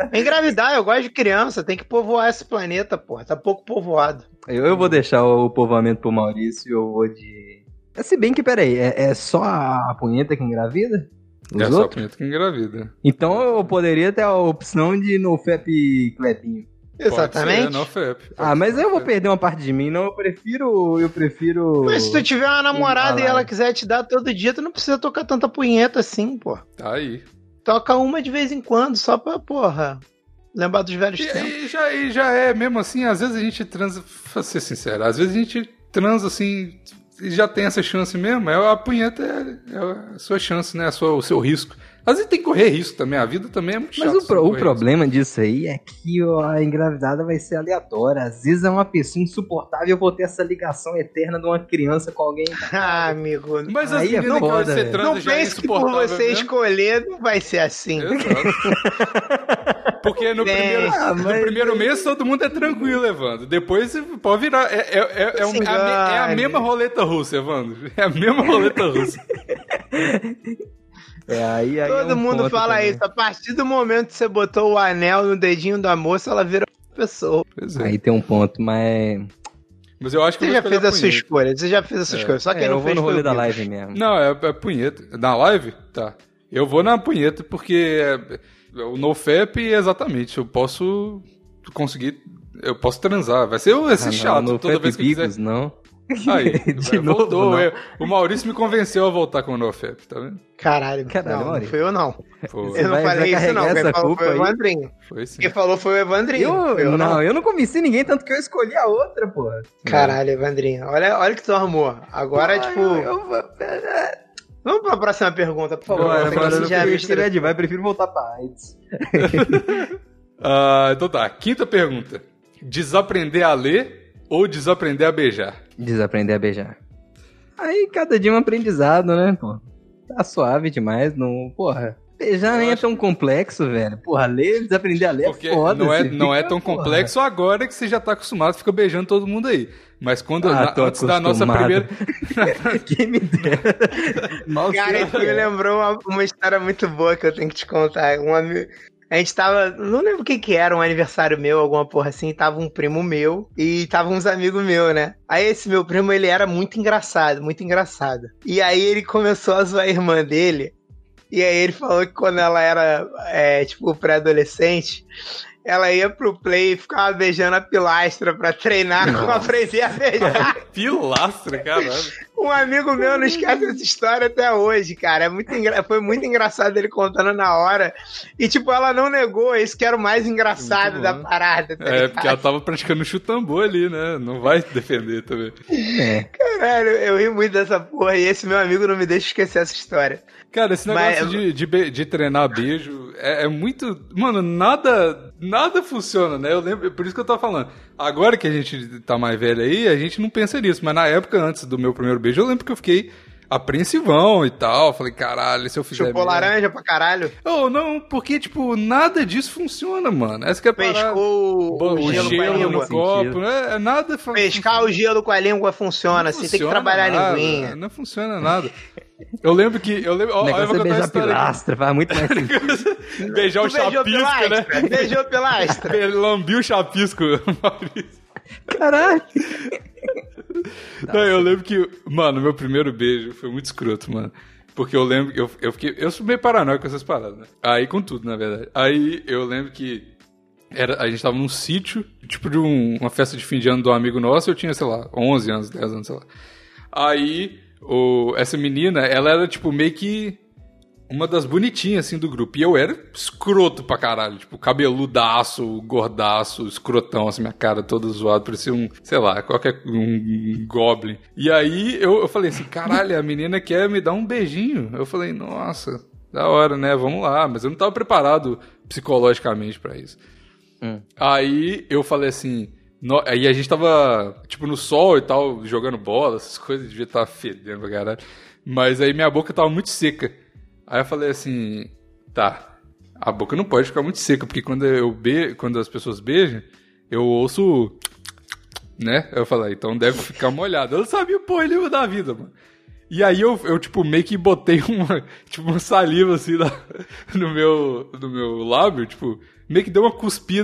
Ah. engravidar, eu gosto de criança. Tem que povoar esse planeta, porra. Tá pouco povoado.
Eu, eu vou deixar o povoamento pro Maurício, eu vou de. Se bem que, peraí, é, é só a punheta que engravida? Os
É só a
outros?
punheta que engravida.
Então eu poderia ter a opção de NoFap Clebinho.
Pode
Exatamente.
ser, né? não, Fep.
Ah, mas eu vou
perder.
perder uma parte de mim, não. Eu prefiro. Eu prefiro.
Mas é se tu tiver uma namorada e
Caralho.
ela quiser te dar todo dia, tu não precisa tocar tanta punheta assim, pô.
Tá aí.
Toca uma de vez em quando, só pra, porra, lembrar dos velhos
E,
tempos.
e já, e já é mesmo assim, às vezes a gente transa. Pra ser sincero, às vezes a gente transa assim. E já tem essa chance mesmo. É, a punheta é, é a sua chance, né? A sua, o seu risco. Mas ele tem que correr risco também. A vida também é muito chata.
Mas o,
se
pro-
não
o
correr
problema disso aí é que ó, a engravidada vai ser aleatória. Às vezes é uma pessoa insuportável e eu vou ter essa ligação eterna de uma criança com alguém.
Ah, amigo.
risco. Mas assim, as
Aí é
meninas que
foda,
vai ser
velho.
trans
Não
já é
pense que por
insuportável
você
mesmo.
escolher não vai ser assim.
Exato. Porque no
Tem.
primeiro,
Ah,
no
mas-
primeiro mês todo mundo é tranquilo, Evandro. Depois você pode virar. É, é, é, é, um-
Se
é a, me- é a
engane.
mesma roleta russa, Evandro. É a mesma roleta russa.
É, aí, aí é
Todo
um
mundo
ponto
fala
também.
isso. A partir do momento que você botou o anel no dedinho da moça, ela vira uma pessoa.
Pois é.
Aí tem um ponto, mas.
Mas eu acho que eu
Você
vou
já fez
escolher
a sua
punheta.
escolha. Você já fez a sua
É.
escolha. Só quem
É,
não
eu vou
fez
no
foi
rolê
o
da
Guilherme.
live mesmo.
Não, é, é punheta. Na live? Tá. Eu vou na punheta porque é, o NoFap, exatamente. Eu posso conseguir. Eu posso transar. Vai ser
é
esse chato
Ah, não, no
toda
Fap
vez que eu quiser.
Bigos, não.
Aí,
De
vai,
novo,
voltou.
não.
eu- o Maurício me convenceu a voltar com o NoFap, tá vendo?
Caralho,
Caralho,
não, não
Maurício.
foi eu não.
Pô,
Você
Eu não
vai- vai
falei isso não.
carregar
Quem
essa
falou
culpa
foi o
aí?
Evandrinho.
foi sim.
Quem falou foi o Evandrinho.
Eu,
foi eu
não, eu não convenci ninguém, tanto que eu escolhi a outra, porra.
Caralho, Evandrinho. Olha, olha o que tu arrumou. Agora,
Ah,
tipo.
eu- eu vou-
Vamos pra próxima pergunta, por favor.
Bora,
Você já
bora,
me
não prefiro
né?
estressou.
tirar de vai, prefiro voltar pra AIDS.
Ah, então tá, quinta pergunta. Desaprender a ler ou desaprender a beijar?
Desaprender a beijar. Aí cada dia é um aprendizado, né, pô? Tá suave demais, não. Porra. Beijar nem é tão complexo, velho. Porra, ler, desaprender a ler
Porque
é foda.
não, é,
você
não é
fica,
tão
porra.
complexo agora que você já tá acostumado, fica beijando todo mundo aí. Mas quando
Ah,
na-
tô
antes da nossa
acostumado.
primeira.
Quem me dera. Mal
Cara,
sei,
isso me lembrou uma, uma história muito boa que eu tenho que te contar. Um ami- A gente tava, não lembro o que que era, um aniversário meu, alguma porra assim, tava um primo meu e tava uns amigos meus, né? Aí esse meu primo, ele era muito engraçado, muito engraçado. E aí ele começou a zoar a irmã dele, e aí ele falou que quando ela era, é, tipo, pré-adolescente, ela ia pro play e ficava beijando a pilastra pra treinar com aprender a beijar.
Pilastra, caralho.
Um amigo meu não esquece essa história até hoje, cara. É muito engra- Foi muito engraçado ele contando na hora. E, tipo, ela não negou. Isso que era o mais engraçado
Muito
da
bom.
parada. Tá
É,
ligado?
porque ela tava praticando chutambô ali, né? Não vai defender também.
É.
Caralho, eu ri muito dessa porra. E esse meu amigo não me deixa esquecer essa história.
Cara, esse negócio
Mas-
de, de, be- de treinar beijo é, é muito. Mano, nada nada funciona, né? Eu lembro, por isso que eu tô falando. Agora que a gente tá mais velho aí, a gente não pensa nisso, mas na época antes do meu primeiro beijo, eu lembro que eu fiquei apreensivão e tal. Falei, caralho, se eu fizer.
Chupou
merda-
laranja pra caralho.
Oh, não, porque, tipo, nada disso funciona, mano. Essa que é a parada.
Pescou
Bo-
o gelo com a
gelo
língua.
no copo, né? É nada. fu-
Pescar o gelo com a língua funciona.
não
assim, tem que
funciona
trabalhar
nada,
a linguinha.
Não funciona nada. Eu lembro que. Eu lembro, ó,
O
ó, eu vou
negócio é
contar a
beijar
história. aqui.
pilastra, faz muito mais sentido.
Beijar o
Tu beijou
Um chapisco, né?
pilastra? Beijou pilastra?
Ele lambiu o chapisco, Maurício.
Caralho.
Não, eu lembro que, mano, meu primeiro beijo foi muito escroto, mano. Porque eu lembro que eu, eu fiquei. Eu sou meio paranoico com essas paradas, né? Aí com tudo, na verdade. Aí eu lembro que era, a gente tava num sítio, tipo de um- uma festa de fim de ano de um amigo nosso, eu tinha, sei lá, 11 anos, 10 anos, sei lá. Aí, o, essa menina, ela era, tipo, meio que uma das bonitinhas, assim, do grupo. E eu era escroto pra caralho, tipo, cabeludaço, gordaço, escrotão, assim, minha cara toda zoada, parecia um, sei lá, qualquer um goblin. E aí, eu, eu falei assim, caralho, a menina quer me dar um beijinho. Eu falei, nossa, da hora, né, vamos lá. Mas eu não tava preparado psicologicamente pra isso. Aí eu falei assim. no- aí a gente tava, tipo, no sol e tal, jogando bola, essas coisas, devia estar fedendo pra caralho. Mas aí minha boca tava muito seca. Aí eu falei assim: tá, a boca não pode ficar muito seca, porque quando, eu be quando as pessoas beijam, eu ouço. Né? Eu falei, então deve ficar molhado. Eu não sabia o porra da vida, mano. E aí eu, eu, tipo, meio que botei uma, tipo, uma saliva, assim, na- no, meu, no meu lábio, tipo, meio que deu uma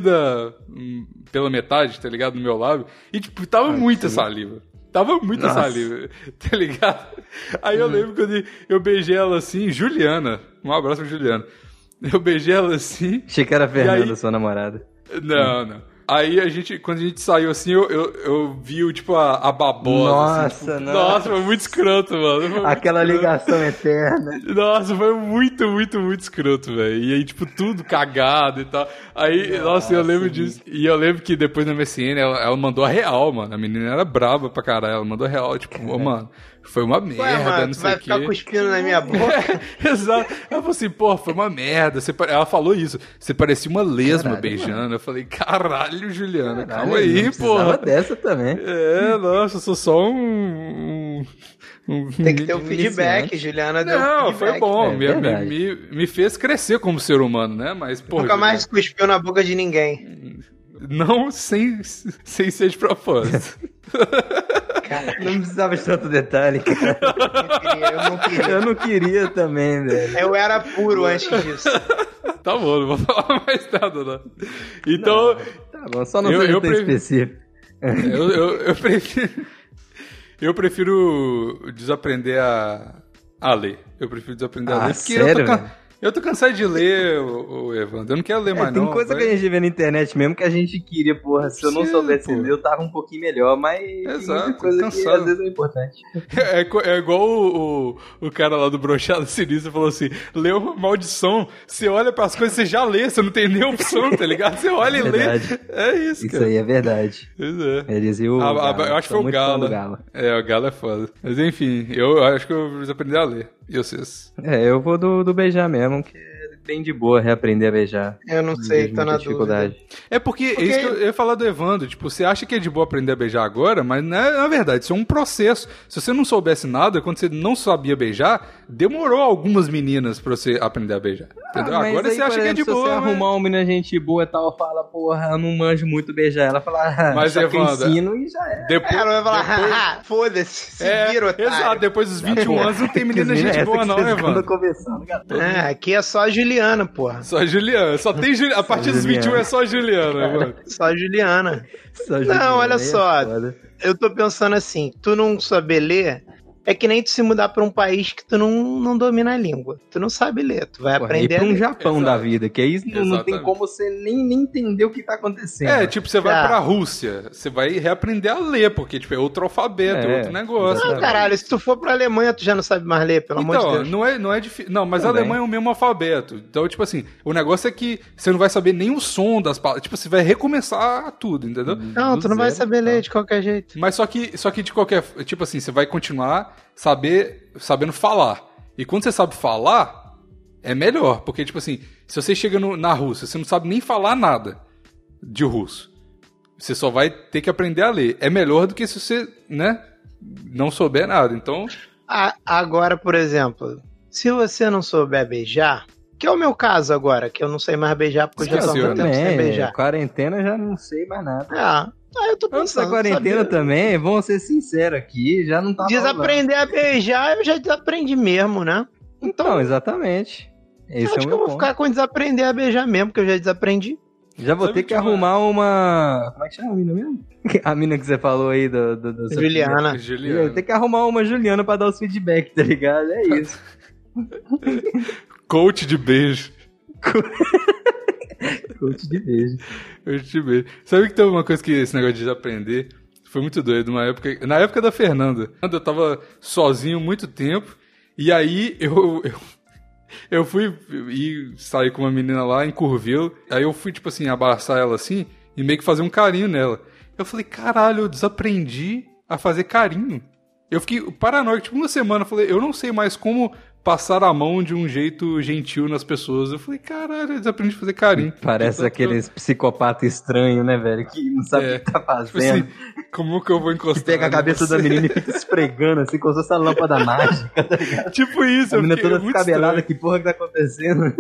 cuspida hum, pela metade, tá ligado? No meu lábio. E, tipo, tava muita saliva. Tava muita
Nossa.
saliva, tá ligado? Aí
Hum.
eu lembro quando eu beijei ela assim, Juliana. Um abraço pra Juliana. Eu beijei ela assim,
Achei que era a
E
Fernanda,
aí?
sua namorada. Hum.
não, não. Aí a gente, quando a gente saiu assim, eu, eu, eu vi, tipo, a, a babosa. assim,
Nossa,
tipo,
não.
Nossa, foi muito escroto, mano. Foi muito
Aquela
escroto.
ligação eterna.
Nossa, foi muito, muito, muito escroto, velho. E aí, tipo, tudo cagado e tal. Aí, nossa, eu lembro disso. E eu lembro que
É.
depois na MSN ela, ela mandou a real, mano. A menina era braba pra caralho. Ela mandou a real, tipo, ô, mano, Foi uma
Ué,
merda,
mano,
não
tu
sei
vai
o quê.
ficar cuspindo na minha boca.
Exato. Ela falou assim, pô, foi uma merda. Você pare- Ela falou isso. Você parecia uma lesma
Caralho,
beijando. Eu falei, caralho, Juliana,
Caralho,
calma
não
aí,
precisava
porra.
dessa também.
É, nossa, eu sou só um. um- um-
Tem que ter o
Iniciante.
feedback, Juliana. deu
né? Não,
feedback.
foi bom.
É
me, me-
verdade.
me, me fez crescer como ser humano, né? Mas, pô.
Nunca mais cuspiu na boca de ninguém.
Não sem, sem ser de propósito.
Cara,
Não precisava de tanto detalhe, cara.
eu não queria, eu não queria.
Eu não queria também, velho.
Eu era puro antes disso.
tá bom, não vou falar mais nada, não. Então,
Tá bom, só não
Eu-
seja
eu
tão
previ-
específico.
Eu, eu- eu prefiro. Eu prefiro desaprender a, a ler. Eu prefiro desaprender a
Ah,
ler. Porque
sério,
eu, tô can-
velho?
eu tô cansado de ler, o, Evandro. Eu não quero ler
É,
mais,
tem
não.
coisa
vai-
que a gente vê na internet mesmo que a gente queria, porra. Se eu não
Precisa,
soubesse
pô.
ler, eu tava um pouquinho melhor, mas tem
Exato,
muita coisa que
cansado.
às vezes é importante.
é, co- é igual o, o, o cara lá do Brochado Sinistro falou assim: lê uma maldição. Você olha pras coisas, você já lê, você não tem nem opção, tá ligado? Você olha e
Verdade.
lê. É isso,
Isso
cara.
aí é verdade.
Pois é.
É dizer o.
Ah, ah,
Galo.
eu acho que
Sou
foi o
muito fã
Galo.
do Galo. né?
É, o galo é foda. Mas enfim, eu acho que eu preciso aprender a ler. E vocês?
É, eu vou do, do beijar mesmo, que é bem de boa reaprender a beijar.
Eu não sei,
Vejo
tô tá na
muita
dúvida.
É porque,
Porque-
é isso que eu eu ia falar do Evandro. Tipo, você acha que é de boa aprender a beijar agora, mas não é, na verdade, isso é um processo. Se você não soubesse nada, quando você não sabia beijar, demorou algumas meninas pra você aprender a beijar. Entendeu?
Ah, mas
agora
aí,
você acha que
por
é de
exemplo, se
boa.
você
mas-
arrumar uma menina gente boa e tal, fala, porra, eu não manjo muito beijar. Ela fala, ah,
Mas,
só que eu
Evandra,
ensino e já é.
um- Depois.
Ela vai falar, "Haha, foda-se, se
É,
vira, otário.
exato, depois
Tá
dos 21 anos não tem
Que
menina
menina é
gente
essa
boa,
que
não, né,
vocês andam
Evandro.
conversando, gato?
Ah, aqui é só a Juliana, porra.
Só a Juliana, só tem Juliana. A partir dos 21
Juliana.
é só a Juliana, Evandro.
Só a Juliana.
Só Juliana,
olha
é
só.
foda.
Eu tô pensando assim, tu não saber ler é que nem tu se mudar pra um país que tu não, não domina a língua. Tu não sabe ler, tu vai
Porra,
aprender
ir
a
pra um
ler.
Japão
Exato.
da vida, que aí não, não tem
Exatamente.
como você nem, nem entender o que tá acontecendo.
É, tipo, você vai
Tá.
pra Rússia, você vai reaprender a ler, porque, tipo, é outro alfabeto, é
É,
outro negócio.
Não, Ah, caralho, se tu for pra Alemanha, tu já não sabe mais ler, pelo amor de
Então,
Deus.
não é, não é difícil. Não, mas
Também.
a Alemanha é o mesmo alfabeto. Então, tipo assim, o negócio é que você não vai saber nem o som das palavras. Tipo, você vai recomeçar tudo, entendeu?
Não, tu não vai saber
então.
tá.
ler
tipo,
de qualquer jeito.
Mas só que, só que de qualquer. Tipo assim, você vai continuar saber, sabendo falar. E quando você sabe falar, é melhor. Porque, tipo assim, se você chega no- na Rússia, você não sabe nem falar nada de russo. Você só vai ter que aprender a ler. É melhor do que se você, né? Não souber nada. Então.
A- agora, por exemplo, se você não souber beijar, que é o meu caso agora, que eu não sei mais beijar porque eu já tô há
Esqueceu,
muito
né?
tempo sem
também,
beijar.
quarentena já não sei mais nada.
Ah, aí eu tô pensando.
Antes da quarentena tá
sabia?
também, vamos ser sinceros aqui, já não tá
Desaprender a beijar, eu já desaprendi mesmo, né?
Então, não, exatamente.
Eu
Esse
acho
é o
que eu
meu
vou
ponto.
ficar com desaprender a beijar mesmo, que eu já desaprendi.
Já vou
Sabe
ter que
que é uma-
arrumar uma... Como é que chama a mina mesmo? A mina que você falou aí do... do, do-
Juliana.
Eu vou ter que arrumar uma Juliana pra dar os feedback, tá ligado? É isso.
Coach de beijo.
Coach de beijo.
Eu te beijo. Sabe que tem uma coisa que esse negócio de desaprender foi muito doido. Uma época, na época da Fernanda, eu tava sozinho muito tempo e aí eu, eu, eu fui e saí com uma menina lá em Curvelo. Aí eu fui, tipo assim, abraçar ela assim e meio que fazer um carinho nela. Eu falei, caralho, eu desaprendi a fazer carinho. Eu fiquei paranoico, tipo, uma semana. Eu falei, eu não sei mais como passar a mão de um jeito gentil nas pessoas. Eu falei, caralho, eu desaprendi a fazer carinho.
Parece
Tipo,
aqueles psicopata estranho, né, velho? Que não sabe
É.
o que tá
Tipo assim,
fazendo.
como que eu vou encostar?
que pega a
né?
cabeça da
Você-
menina e fica esfregando, assim, como se fosse a lâmpada mágica.
Tipo isso,
A
eu
menina
fiquei,
toda
muito
descabelada,
estranho.
que porra que tá acontecendo?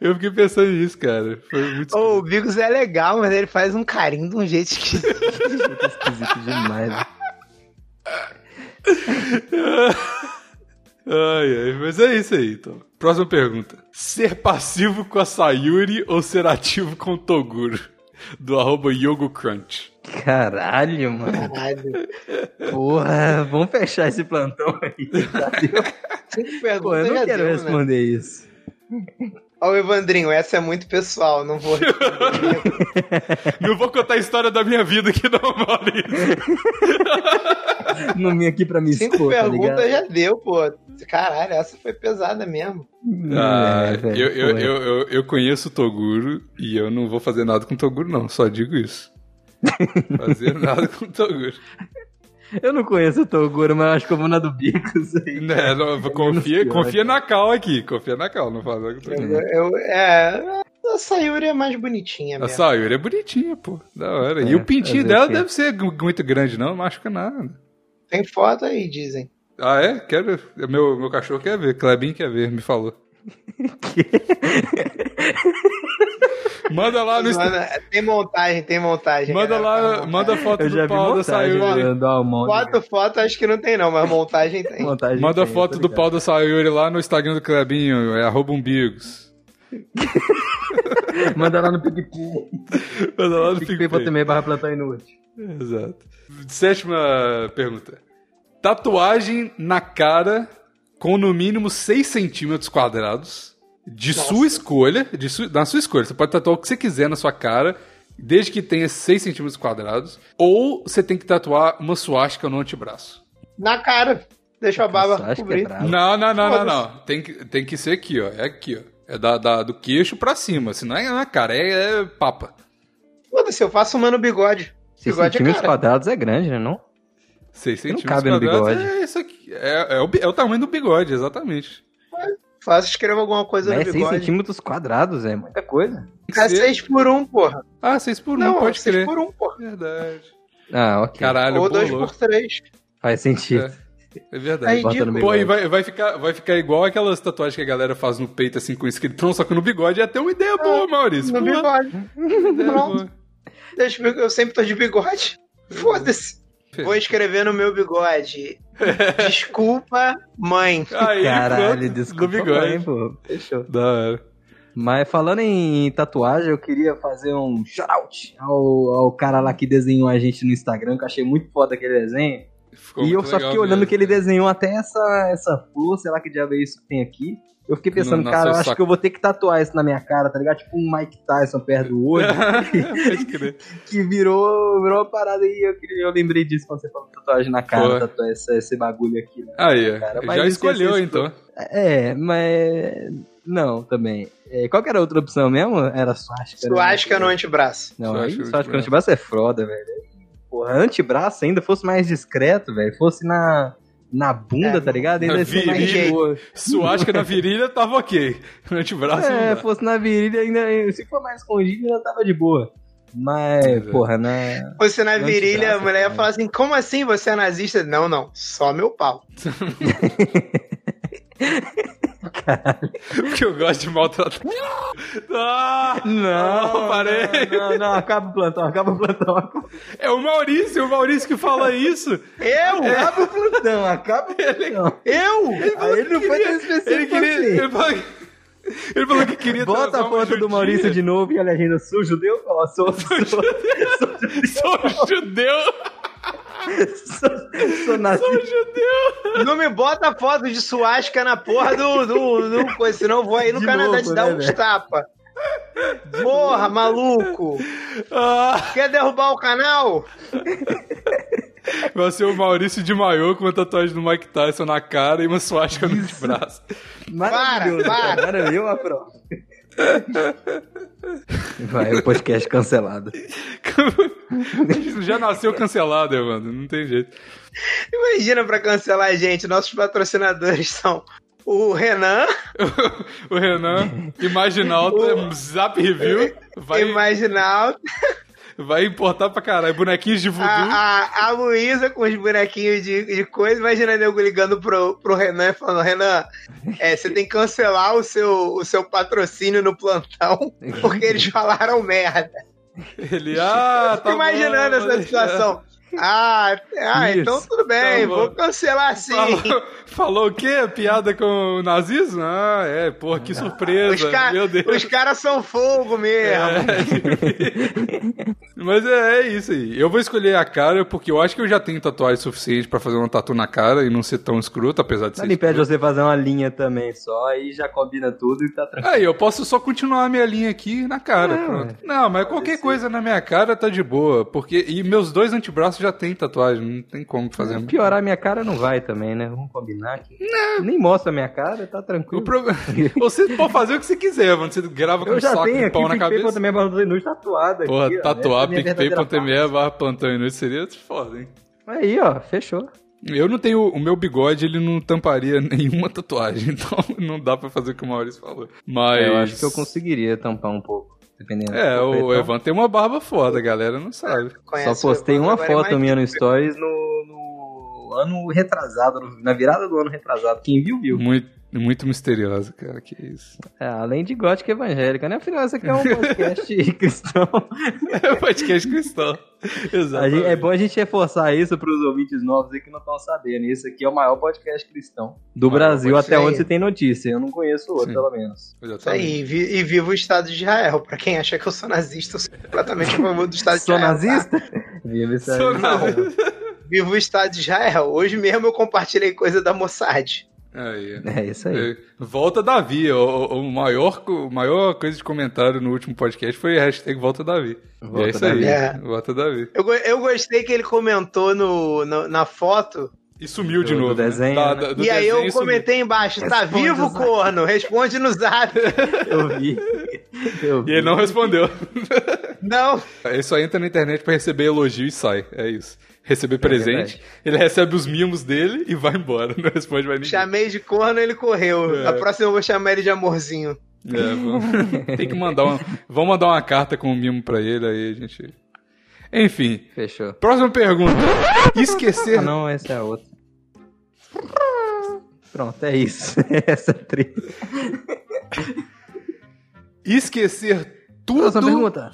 eu fiquei pensando nisso, cara. Foi muito
Ô, o Bigos é legal, mas ele faz um carinho de um jeito esquisito.
Tá esquisito demais. né?
Ai, ai, mas é isso aí, então. Próxima pergunta. Ser passivo com a Sayuri ou ser ativo com o Toguro? Do arroba YogoCrunch.
Caralho, mano.
Caralho.
Porra, vamos fechar esse plantão aí. tá?
Cinco
Pô, eu
perguntas
não
já
quero
deu, né?
responder isso.
Ó, o Evandrinho, essa é muito pessoal, não vou responder.
Não vou contar a história da minha vida aqui, não, Maurício.
Não vim aqui pra me
Cinco
expor, tá
perguntas
ligado?
já deu, pô. Caralho, essa foi pesada mesmo.
Ah,
É, velho,
eu, eu,
porra.
eu, eu, eu conheço o Toguro e eu não vou fazer nada com o Toguro, não. Só digo isso. Fazer nada com o Toguro.
Eu não conheço o Toguro, mas eu acho que eu vou na do Bicos aí.
Né, não, confia,
É. pior,
confia na Cal aqui. Confia na Cal, não fala que eu tô aqui.
Eu, eu- é, a Sayuri é mais bonitinha
A
mesmo.
Sayuri é bonitinha, pô. Da hora. e
É,
o pintinho
fazer
dela
o quê?
deve ser gu- muito grande, não. Não machuca nada.
Tem foto aí, dizem.
Ah, é? Quero ver. Meu, meu cachorro quer ver. Klebin quer ver, me falou. manda lá no Insta-
Manda- é, tem montagem, tem montagem.
Ah, Manda
galera, tem
lá,
montagem.
manda foto
Eu já
do
vi
pau da
montagem
Sayuri.
do, do Almonte.
Foto, foto, acho que não tem não, mas um montagem tem.
Montagem
Manda
tem,
foto
tá
do
ligado?
pau da Sayuri lá no Instagram do Klebinho, é arroba umbigos.
Manda lá no PicPay.
Manda lá no PicPay.
PicPay.me barra Plantão Inútil.
Exato. Sétima pergunta. Tatuagem na cara com no mínimo 6 centímetros quadrados. De sua escolha. De su- na sua escolha. Você pode tatuar o que você quiser na sua cara, desde que tenha 6 centímetros quadrados. Ou você tem que tatuar uma suástica no antebraço.
Na cara. Deixa a barba
Acho que é
cobrir.
brabo.
Não, não, não, não, não. Tem que, tem que ser aqui, ó. É aqui, ó. É da, da- do queixo pra cima. Se não é na cara, é, é papa.
Foda-se, eu faço uma no bigode.
6
Bigode é
centímetros
cara.
quadrados é grande, né? Não?
6
Não
centímetros
cabe no
quadrados.
bigode.
É, isso aqui. É- é o, bi- é o tamanho do bigode, exatamente.
Faço, escrevo alguma coisa
Mas
no
é 6
bigode.
centímetros quadrados, é muita coisa.
É 6 por 1, um, porra.
Ah, 6 por 1,
não,
pode
6
crer.
por 1, um, porra.
Verdade.
Ah, ok.
Caralho,
Ou 2
bolou.
por 3.
Faz sentido.
É verdade.
Aí,
Bota no
ridículo.
Pô, aí
bigode.
vai, vai ficar, vai ficar igual aquelas tatuagens que a galera faz no peito, assim, com escritão, só que no bigode. É até uma ideia boa, Maurício.
Ah, No
Pô,
bigode.
ideia
Pronto.
boa.
Deixa eu- Eu sempre tô de bigode. Foda-se. Vou escrever no meu bigode. Desculpa, mãe.
Aí,
Caralho,
pronto,
desculpa.
No bigode.
mãe, pô. Fechou.
Da hora.
Mas falando em tatuagem, eu queria fazer um shout-out ao, ao cara lá que desenhou a gente no Instagram, que eu achei muito foda aquele desenho.
Ficou
e eu
muito
só
legal
fiquei olhando
mesmo.
que ele desenhou até essa, essa flor, sei lá que diabo é isso que tem aqui. Eu fiquei pensando,
No- no
cara, eu
seu
acho
saco.
que eu vou ter que tatuar isso na minha cara, tá ligado? Tipo um Mike Tyson perto do olho,
Pode crer.
que virou, virou uma parada aí. Eu, queria- eu lembrei disso quando você falou tatuagem na cara,
Pô.
tatuar essa- esse bagulho aqui. né?
Aí, ó.
Cara, mas
já
isso
escolheu,
é
então.
É, mas. Não, também. É, qual que era a outra opção mesmo? Era suástica. né?
Suástica no antebraço.
Não,
Só
aí
acho
só acho que
antebraço.
o antebraço é froda, velho. Porra, antebraço ainda fosse mais discreto, velho. Fosse na, na bunda,
É,
tá ligado? Ainda
na
ia ser mais de
virilha.
boa.
Suástica na virilha tava ok. No antebraço.
É,
não dá.
fosse na virilha ainda. Se for mais escondido, ainda tava de boa. Mas,
Entendi.
porra, né? na.
Você na
No
virilha, a
antebraço,
mulher ia
né?
falar assim: como assim você é nazista? Não, não. Só meu pau.
Porque eu gosto de maltratar. Ah!
Não,
Não, parei.
Não, não, não, acaba o plantão, acaba o plantão. acaba o
É o Maurício, o Maurício que fala isso.
Eu?
É.
plantão, acaba o plantão.
Eu?
Aí É. ele não foi tão específico
Ele queria.
assim.
Ele falou, que- ele falou que queria
Bota
transar
a
uma
foto
judia.
do Maurício de novo e a legenda sou judeu? Ó, sou, sou, sou,
Sou um judeu!
sou, sou nazista.
Sou um judeu!
Não me bota foto de suástica na porra do, do, do coisa, senão eu vou aí no
De
Canadá
novo,
te dar
né,
uns
velho?
tapas. Porra, maluco!
Ah,
Quer derrubar o canal?
vai ser o Maurício de maiô com uma tatuagem do Mike Tyson na cara e uma suástica no braço.
Maravilhoso.
Para, para.
Agora eu aprovo. Vai, o podcast cancelado.
Isso já nasceu cancelado, Evandro. Não tem jeito.
Imagina pra cancelar a gente. Nossos patrocinadores são o Renan,
O Renan, imaginal, zap review. Vai,
Imaginal,
vai importar pra caralho. Bonequinhos de voodoo.
Ah, Uhum.
a, a, a Luísa com os bonequinhos de, de coisa. Imagina nego ligando pro, pro Renan e falando: Renan, é, você tem que cancelar o seu, o seu patrocínio no plantão porque eles falaram merda.
Ele, ah,
Tô
tá bom,
imaginando essa
vou
situação. Ah, ah,
Isso,
então tudo bem,
tá bom. Tá
vou cancelar sim.
Falou, falou o quê? Piada com o nazismo? Ah, é, porra, que
Os,
surpresa.
ca-
Meu Deus. É,
os caras são fogo
É.
mesmo.
Mas é, é isso aí. Eu vou escolher a cara porque eu acho que eu já tenho tatuagem suficiente pra fazer uma tatu na cara e não ser tão escroto, apesar de ser.
Nada impede
escroto.
você fazer uma linha também só, aí já combina tudo e tá tranquilo.
Aí, eu posso só continuar a minha linha aqui na cara,
É,
pronto. Não, mas qualquer coisa na minha cara tá de boa, porque... E meus dois antebraços já tem tatuagem, não tem como
Ah,
fazer. um
Piorar minha cara não vai também, né? Vamos combinar aqui. Nem mostra minha cara, tá
O
tranquilo.
problema- Você pode fazer o que você quiser, mano. Você grava com
Eu
um
já
saco
tenho
de
aqui
pau na cabeça.
picpay.me barra Plantão Inútil tatuado aqui.
Porra,
ó. Essa é a
tatuar
minha verdadeira
picpay.me barra plantão inútil seria foda, hein?
face. Aí, ó, fechou.
Eu não tenho. O meu bigode, ele não tamparia nenhuma tatuagem. Então não dá pra fazer o que o Maurício falou. Mas.
É, Eu acho que eu então. conseguiria tampar um pouco, dependendo.
É,
do
o
tapetão.
Evan tem uma barba foda, a galera não sabe.
Conhece
Só
o
postei
Evandro,
uma
agora é
foto
mais-
minha no Stories no, no ano retrasado, no- na virada do ano retrasado. Quem viu, viu.
Muito, muito misteriosa, cara, que isso.
É, além de gótica evangélica, né? Afinal, esse aqui é um podcast cristão.
É o podcast cristão.
A
Exato.
gente- é bom a gente reforçar isso para os ouvintes novos aí que não estão sabendo. Esse aqui é o maior podcast cristão do
Maior
Brasil,
podcast
até
aí.
onde se tem notícia. Eu não conheço outro,
Sim.
pelo menos.
Isso aí, e, vi- e viva o Estado de Israel. Pra quem acha que eu sou nazista, eu sou completamente a favor do Estado de
Sou
Israel. tá?
nazista? Viva isso aí.
Sou nazista.
Viva o Estado de Israel. Hoje mesmo eu compartilhei coisa da Mossad.
Aí.
É isso aí.
É, Volta Davi, o, o maior, co- maior coisa de comentário no último podcast foi hashtag Volta Davi.
Volta
é isso
Davi.
aí,
É.
Volta Davi.
Eu, go- eu gostei que ele comentou no, no- na foto.
E sumiu de
Do- do
novo. né?
desenho,
Da-
né?
da- do
e aí eu
desenho sumiu.
comentei embaixo: tá
Responde
vivo,
no zap."
corno? Responde no zap.
Eu vi. Eu vi.
E ele não respondeu.
Não,
Ele só entra na internet pra receber elogio e sai. É isso. Receber presente.
verdade.
ele recebe os mimos dele e vai embora. Não responde mais ninguém.
chamei de corno, ele correu.
É.
Na próxima eu vou chamar ele de amorzinho.
É, vamos... Tem que mandar uma... Vamos mandar uma carta com um mimo pra ele aí, a gente. Enfim.
Fechou.
Próxima pergunta. Esquecer.
Ah, não, essa é a outra. Pronto, é isso. essa é a triste.
Esquecer tudo.
Próxima pergunta.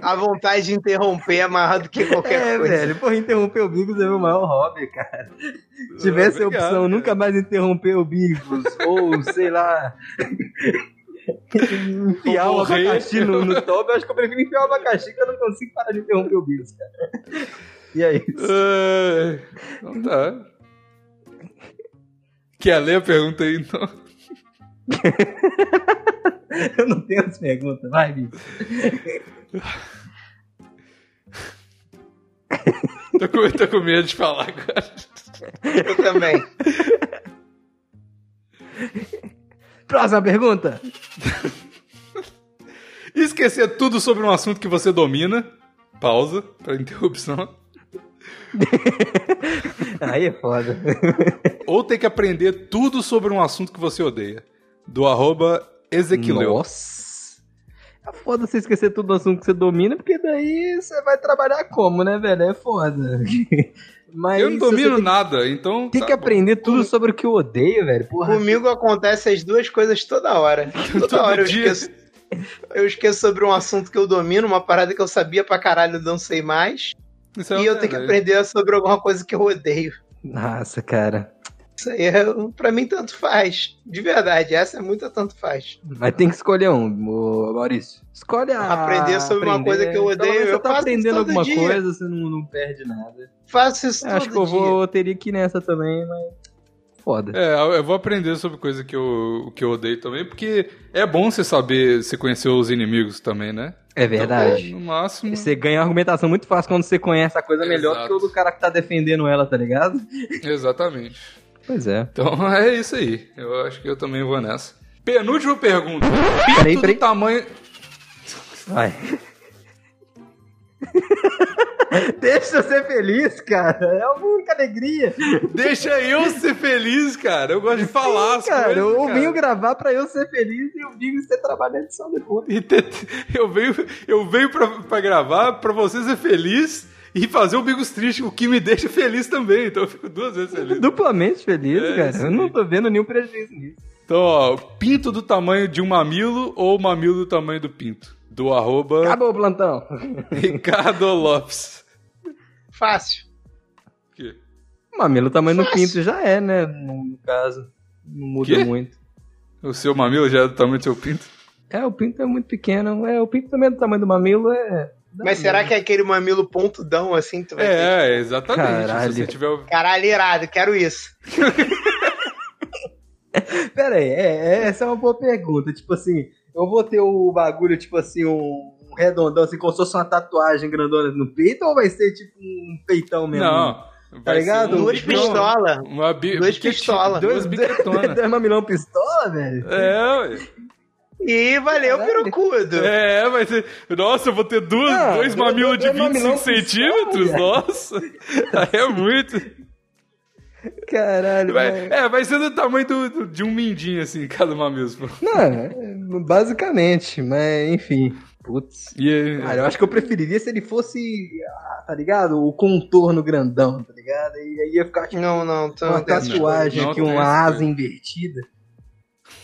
A vontade de interromper é maior do que qualquer
É,
coisa.
velho, porra, interromper o Bigos é meu maior hobby, cara. Se tivesse a
Obrigado,
opção,
cara.
nunca mais interromper o Bigos, ou sei lá. enfiar o
Morrer.
abacaxi no, no top, eu acho que eu prefiro enfiar o abacaxi que eu não consigo parar de interromper o Bigos, cara. E é aí?
Ai, Então tá. Quer ler a pergunta aí, então?
Eu não tenho as perguntas, vai, Bigos.
Tô com, tô com medo de falar agora.
Eu também.
Próxima pergunta.
Esquecer tudo sobre um assunto que você domina. Pausa pra interrupção.
Aí é foda.
Ou ter que aprender tudo sobre um assunto que você odeia. Do arroba Ezequileu.
Nossa. É foda você esquecer tudo do assunto que você domina, porque daí você vai trabalhar como, né, velho? É foda. Mas
Eu não
você
domino
tem-
nada, então.
Tem
tá
que
bom.
aprender tudo sobre o que eu odeio, velho. Porra,
Comigo acontece as duas coisas toda hora. Toda
Todo
hora eu
dia.
esqueço. Eu esqueço sobre um assunto que eu domino, uma parada que eu sabia pra caralho, eu não sei mais.
Isso
Então,
é
e eu tenho que
né?
verdade.
aprender sobre alguma coisa que eu odeio.
Nossa, cara.
Isso aí, é, pra mim, tanto faz. De verdade, essa é muito tanto faz.
Mas tem que escolher um, ô, Maurício. Escolhe a.
Aprender sobre uma coisa que eu
Pelo menos
odeio,
Você
eu
tá
faço
aprendendo
todo
alguma
dia.
coisa, você não, não perde nada.
Faço isso
Eu
todo
acho que eu
dia.
vou. Eu teria que ir nessa também, mas. Foda.
É, eu eu vou aprender sobre coisa que eu, que eu odeio também, porque é bom você saber, você conhecer os inimigos também, né?
É, verdade.
Então, no máximo.
Você ganha argumentação muito fácil quando você conhece a coisa melhor
Exato.
que o do cara que tá defendendo ela, tá ligado?
Exatamente.
Pois é.
Então é isso aí. Eu acho que eu também vou nessa. Penúltima pergunta. Pinto
Peraí, peraí.
do tamanho.
Vai. Deixa eu ser feliz, cara. É a única alegria.
Deixa eu ser feliz, cara. Eu gosto de falar. as
cara,
coisas,
eu
cara.
vim gravar pra eu ser feliz e o Vigo ser trabalhando de só depois.
E te- Eu venho, eu venho pra, pra gravar pra você ser feliz e fazer o Bigos Triste, o que me deixa feliz também. Então eu fico duas vezes feliz.
Duplamente feliz,
É,
cara.
isso
Eu não tô vendo nenhum prejuízo nisso.
Então, ó, pinto do tamanho de um mamilo ou mamilo do tamanho do pinto? Do arroba
Acabou o plantão.
Ricardo Lopes.
Fácil.
Que?
Mamilo tamanho do
Fácil.
pinto já é, né? No no caso. Não muda
Quê?
muito.
O seu mamilo já é do tamanho do seu pinto?
É, o pinto é muito pequeno. É, o pinto também é do tamanho do mamilo. É.
Mas será que é aquele mamilo pontudão assim? Tu vai ter...
É, exatamente.
Caralho.
Se você tiver. o-
Caralho, irado, quero isso.
Pera aí, é, é, essa é uma boa pergunta. Tipo assim, eu vou ter o bagulho, tipo assim, um, um redondão, assim, como se fosse uma tatuagem grandona no peito, ou vai ser tipo um peitão mesmo?
Não.
Tá
vai
ligado?
ser um
Duas
bigão,
pistolas.
Uma bi...
Duas
biqueti-
pistolas.
Duas
Dois, dois,
biquetonas.
dois mamilão pistola, velho?
É, ué.
E valeu,
Caralho.
pirocudo.
É, vai ser. Nossa, eu vou ter duas,
Ah,
dois
eu-
mamilos
eu-
de
eu
25
mamilão com
centímetros?
sol,
Nossa! Aí é muito.
Caralho,
Vai-
velho.
é, vai ser do tamanho do- do- de um mindinho, assim, cada mamilo.
Não, é, basicamente, mas enfim. Putz.
E aí,
Cara, eu acho que eu preferiria se ele fosse, ah, tá ligado? O contorno grandão, tá ligado? E aí ia ficar tipo,
Não, não, tu não
uma
tem essas
tatuagem
não
aqui,
tem
uma
essas
asa invertida.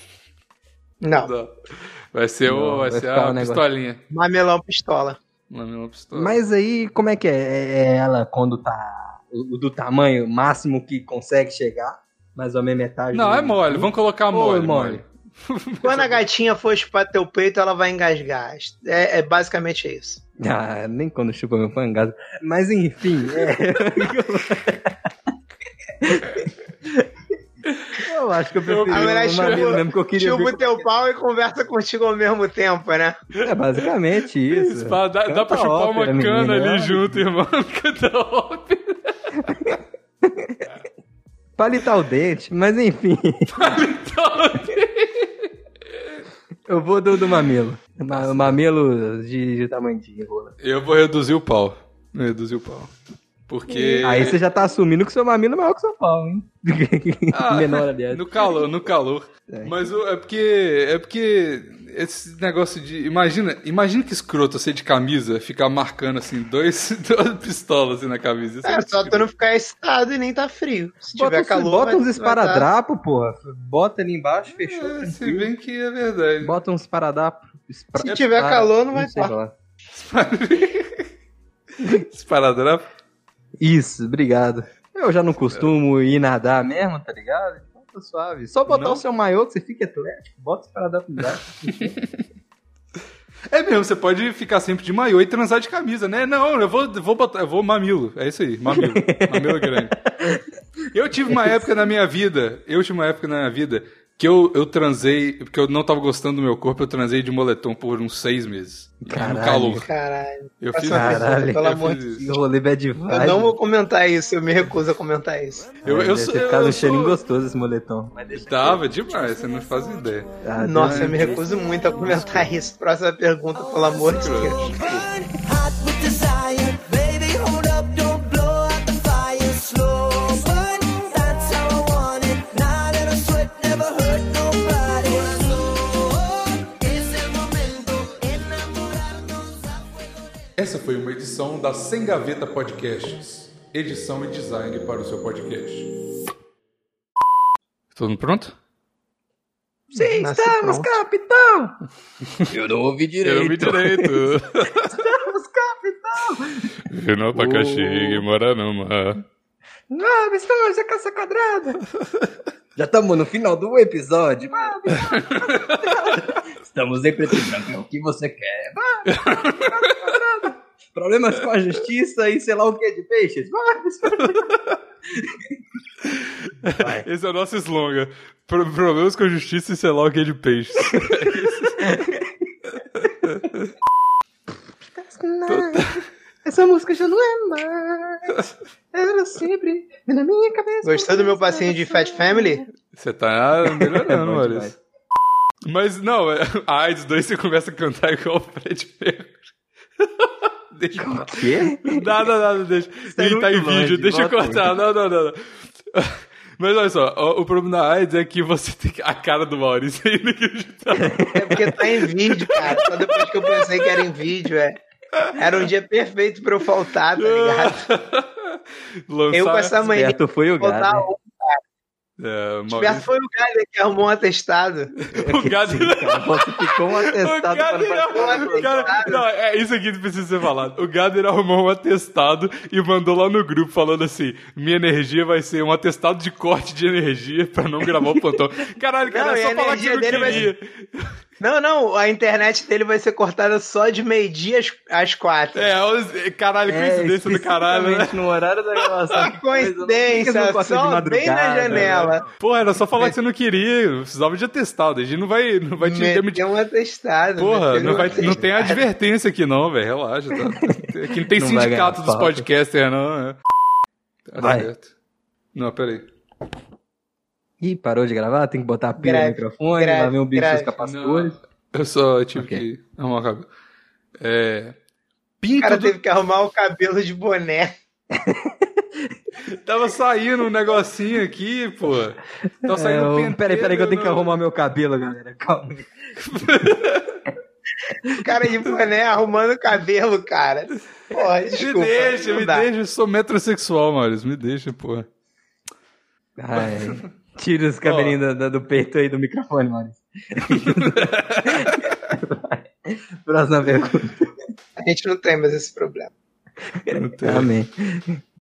Não,
Não. Vai ser, o-
Ah, Não,
vai
vai
ser
ficar
a
um negócio.
pistolinha.
mamelão pistola.
Mamilo pistola.
Mas aí, como é que é? É é ela quando tá o- do tamanho máximo que consegue chegar? Mais ou menos metade.
Não,
do-
é mole. Vamos colocar
Ou é
mole. mole.
Quando a gatinha for chupar teu peito, ela vai engasgar. É, é basicamente isso.
Ah, nem quando chupa meu pangazo. Mas enfim, é. eu acho que eu preferi
A
mulher
uma
Ah, chupa-
mesmo que é. eu queria
Chupa
ver.
o teu pau e conversa contigo ao mesmo tempo, né?
É basicamente isso.
Dá, dá
Canta
pra chupar uma
ópera,
cana
menina,
ali
olha.
junto, irmão. Canta ópera.
Palitar o dente, mas enfim. Eu vou do, do mamilo. Ma- mamilo de, de tamanho de rola.
Eu vou reduzir o pau. Vou Reduzir o pau. Porque.
Aí você já tá assumindo que seu mamilo é maior que seu pau, hein?
Ah,
Menor, aliás.
No calor, no calor. Mas o- é porque. É porque. Esse negócio de. Imagina, imagina que escroto você de camisa ficar marcando assim, dois, duas pistolas assim, na camisa. Isso
É,
muito
só
escroto.
tu não ficar excitado e nem tá frio. Se
Bota,
tiver
uns-
calor.
bota
vai-
uns
vai tá-
esparadrapo, porra. Bota ali embaixo, fechou.
É, se
tranquilo.
bem que é verdade.
Bota uns paradapos.
Se tiver calor, não vai
sei
tá.
lá.
Esparadrapo.
Isso, obrigado. Eu já não costumo ir nadar mesmo, tá ligado? Então tá suave. Só botar
Não.
o seu maiô que você fica atlético, bota os paradapos embaixo.
É mesmo, você pode ficar sempre de maiô e transar de camisa, né? Não, eu vou, vou botar, eu vou mamilo. É isso aí, mamilo. mamilo é grande. Eu tive uma época na minha vida, eu tive uma época na minha vida que eu, eu transei, porque eu não tava gostando do meu corpo, eu transei de moletom por uns seis meses. No
Caralho.
calor.
Caralho,
Eu
passa
fiz
uma
isso.
Caralho.
pergunta, pelo
Eu
amor
fiz
de Deus.
isso.
Que rolê bad vibe.
Eu não vou comentar isso, eu me recuso a comentar isso.
Eu, eu,
Deve
sou-
ter
eu,
ficado um
eu
cheirinho
sou...
gostoso esse moletom.
Tava demais, você não faz ideia.
Ah,
Nossa, eu
Deus.
me recuso muito a comentar isso. Próxima pergunta, pelo amor de Deus.
Hot with desire, baby, hold up, don't blow out the fire. Slow burn, that's how I want it. Now that I sweat, never hurt nobody. So, ese momento, enamorarnos a fuego.
Essa foi uma edição da Sem Gaveta Podcasts. Edição e design para o seu podcast. Todo mundo pronto?
Sim,
Nasce
estamos,
pronto.
capitão!
Eu me direito.
Estamos, capitão!
Eu não abacaxi que mora no mar.
Vamos, estamos, a caça quadrada! Já estamos no final do episódio. Vamos, vamos. estamos em preto e branco, é o que você quer. Vamos, caça quadrada. Problemas com a justiça e sei lá o que de peixes. Vamos,
Esse é o nosso slogan. Pro- problemas com a justiça e sei lá o que é de peixe.
Essa música já não é mais. Era sempre na minha cabeça.
Gostou do meu passinho de Fat Family?
Você tá melhorando,
É Bom demais.
Maurício. Mas não, é- a AIDS 2 você começa a cantar igual o Fred Mercury. Deixa eu
Quê?
Nada, nada, deixa.
é
Ih, tá em
muito longe,
vídeo, deixa eu
volta
cortar. Não, não, não, não. Mas olha só, o, o problema da AIDS é que você tem que- a cara do Maurício ainda que
É porque tá em vídeo, cara. Só depois que eu pensei que era em vídeo, é. Era um dia perfeito pra eu faltar, tá ligado?
Lançar...
Eu com essa manhã.
Beto foi o
Faltar
gado. né?
um.
É,
Esperto
Maurício...
foi o Galha que arrumou um atestado.
O gado...
Cara, você ficou um
O
atestado
gado
para
não, cara, não, é isso aqui que precisa ser falado. O gado ele arrumou um atestado e mandou lá no grupo falando assim: minha energia vai ser um atestado de corte de energia pra não gravar o plantão. Caralho, cara,
Não,
é
e
só
a
falar que eu não
energia dele vai-
queria.
Não, não, a internet dele vai ser cortada só de meio-dia às- às quatro.
É, os- caralho, coincidência do caralho, né?
É, especificamente no horário da gravação.
Que
Que coisa, por que eles
Coincidência,
não cortam de
só bem na
né?
madrugada, né?
janela.
Porra, era só
É.
falar que você não queria, precisava de atestado, a gente não vai, não vai te demitir.
Meteu um atestado.
Porra,
meteu
não,
um
vai,
atestado.
não tem advertência aqui não, velho, relaxa. Tá. Aqui não tem
Não vai ganhar
sindicato dos
falta.
podcasters não, né? Tá
Vai.
certo. Não, peraí.
Ih, parou de gravar? Tem que botar a pilha
Grave,
no microfone,
grave,
lá vem o bicho
grave.
dos capacitores.
Eu só tive
Ok.
que arrumar o cabelo. É. Pinto
O cara
do-
teve que arrumar o cabelo de boné.
Tava saindo um negocinho aqui, pô. Tava
É,
saindo um
eu-
pentelho
Peraí, peraí, que eu tenho que
no-
arrumar meu cabelo, galera. Calma.
O cara de boné arrumando o cabelo, cara. Porra, desculpa.
me deixa,
não
me
dá.
deixa. Eu sou metrosexual, Maurício. Me deixa, pô.
Ai, tira os cabelinhos da- da- do, peito aí do microfone, Maurício. Próxima pergunta.
A gente não tem mais esse problema.
Não tem.
Amém.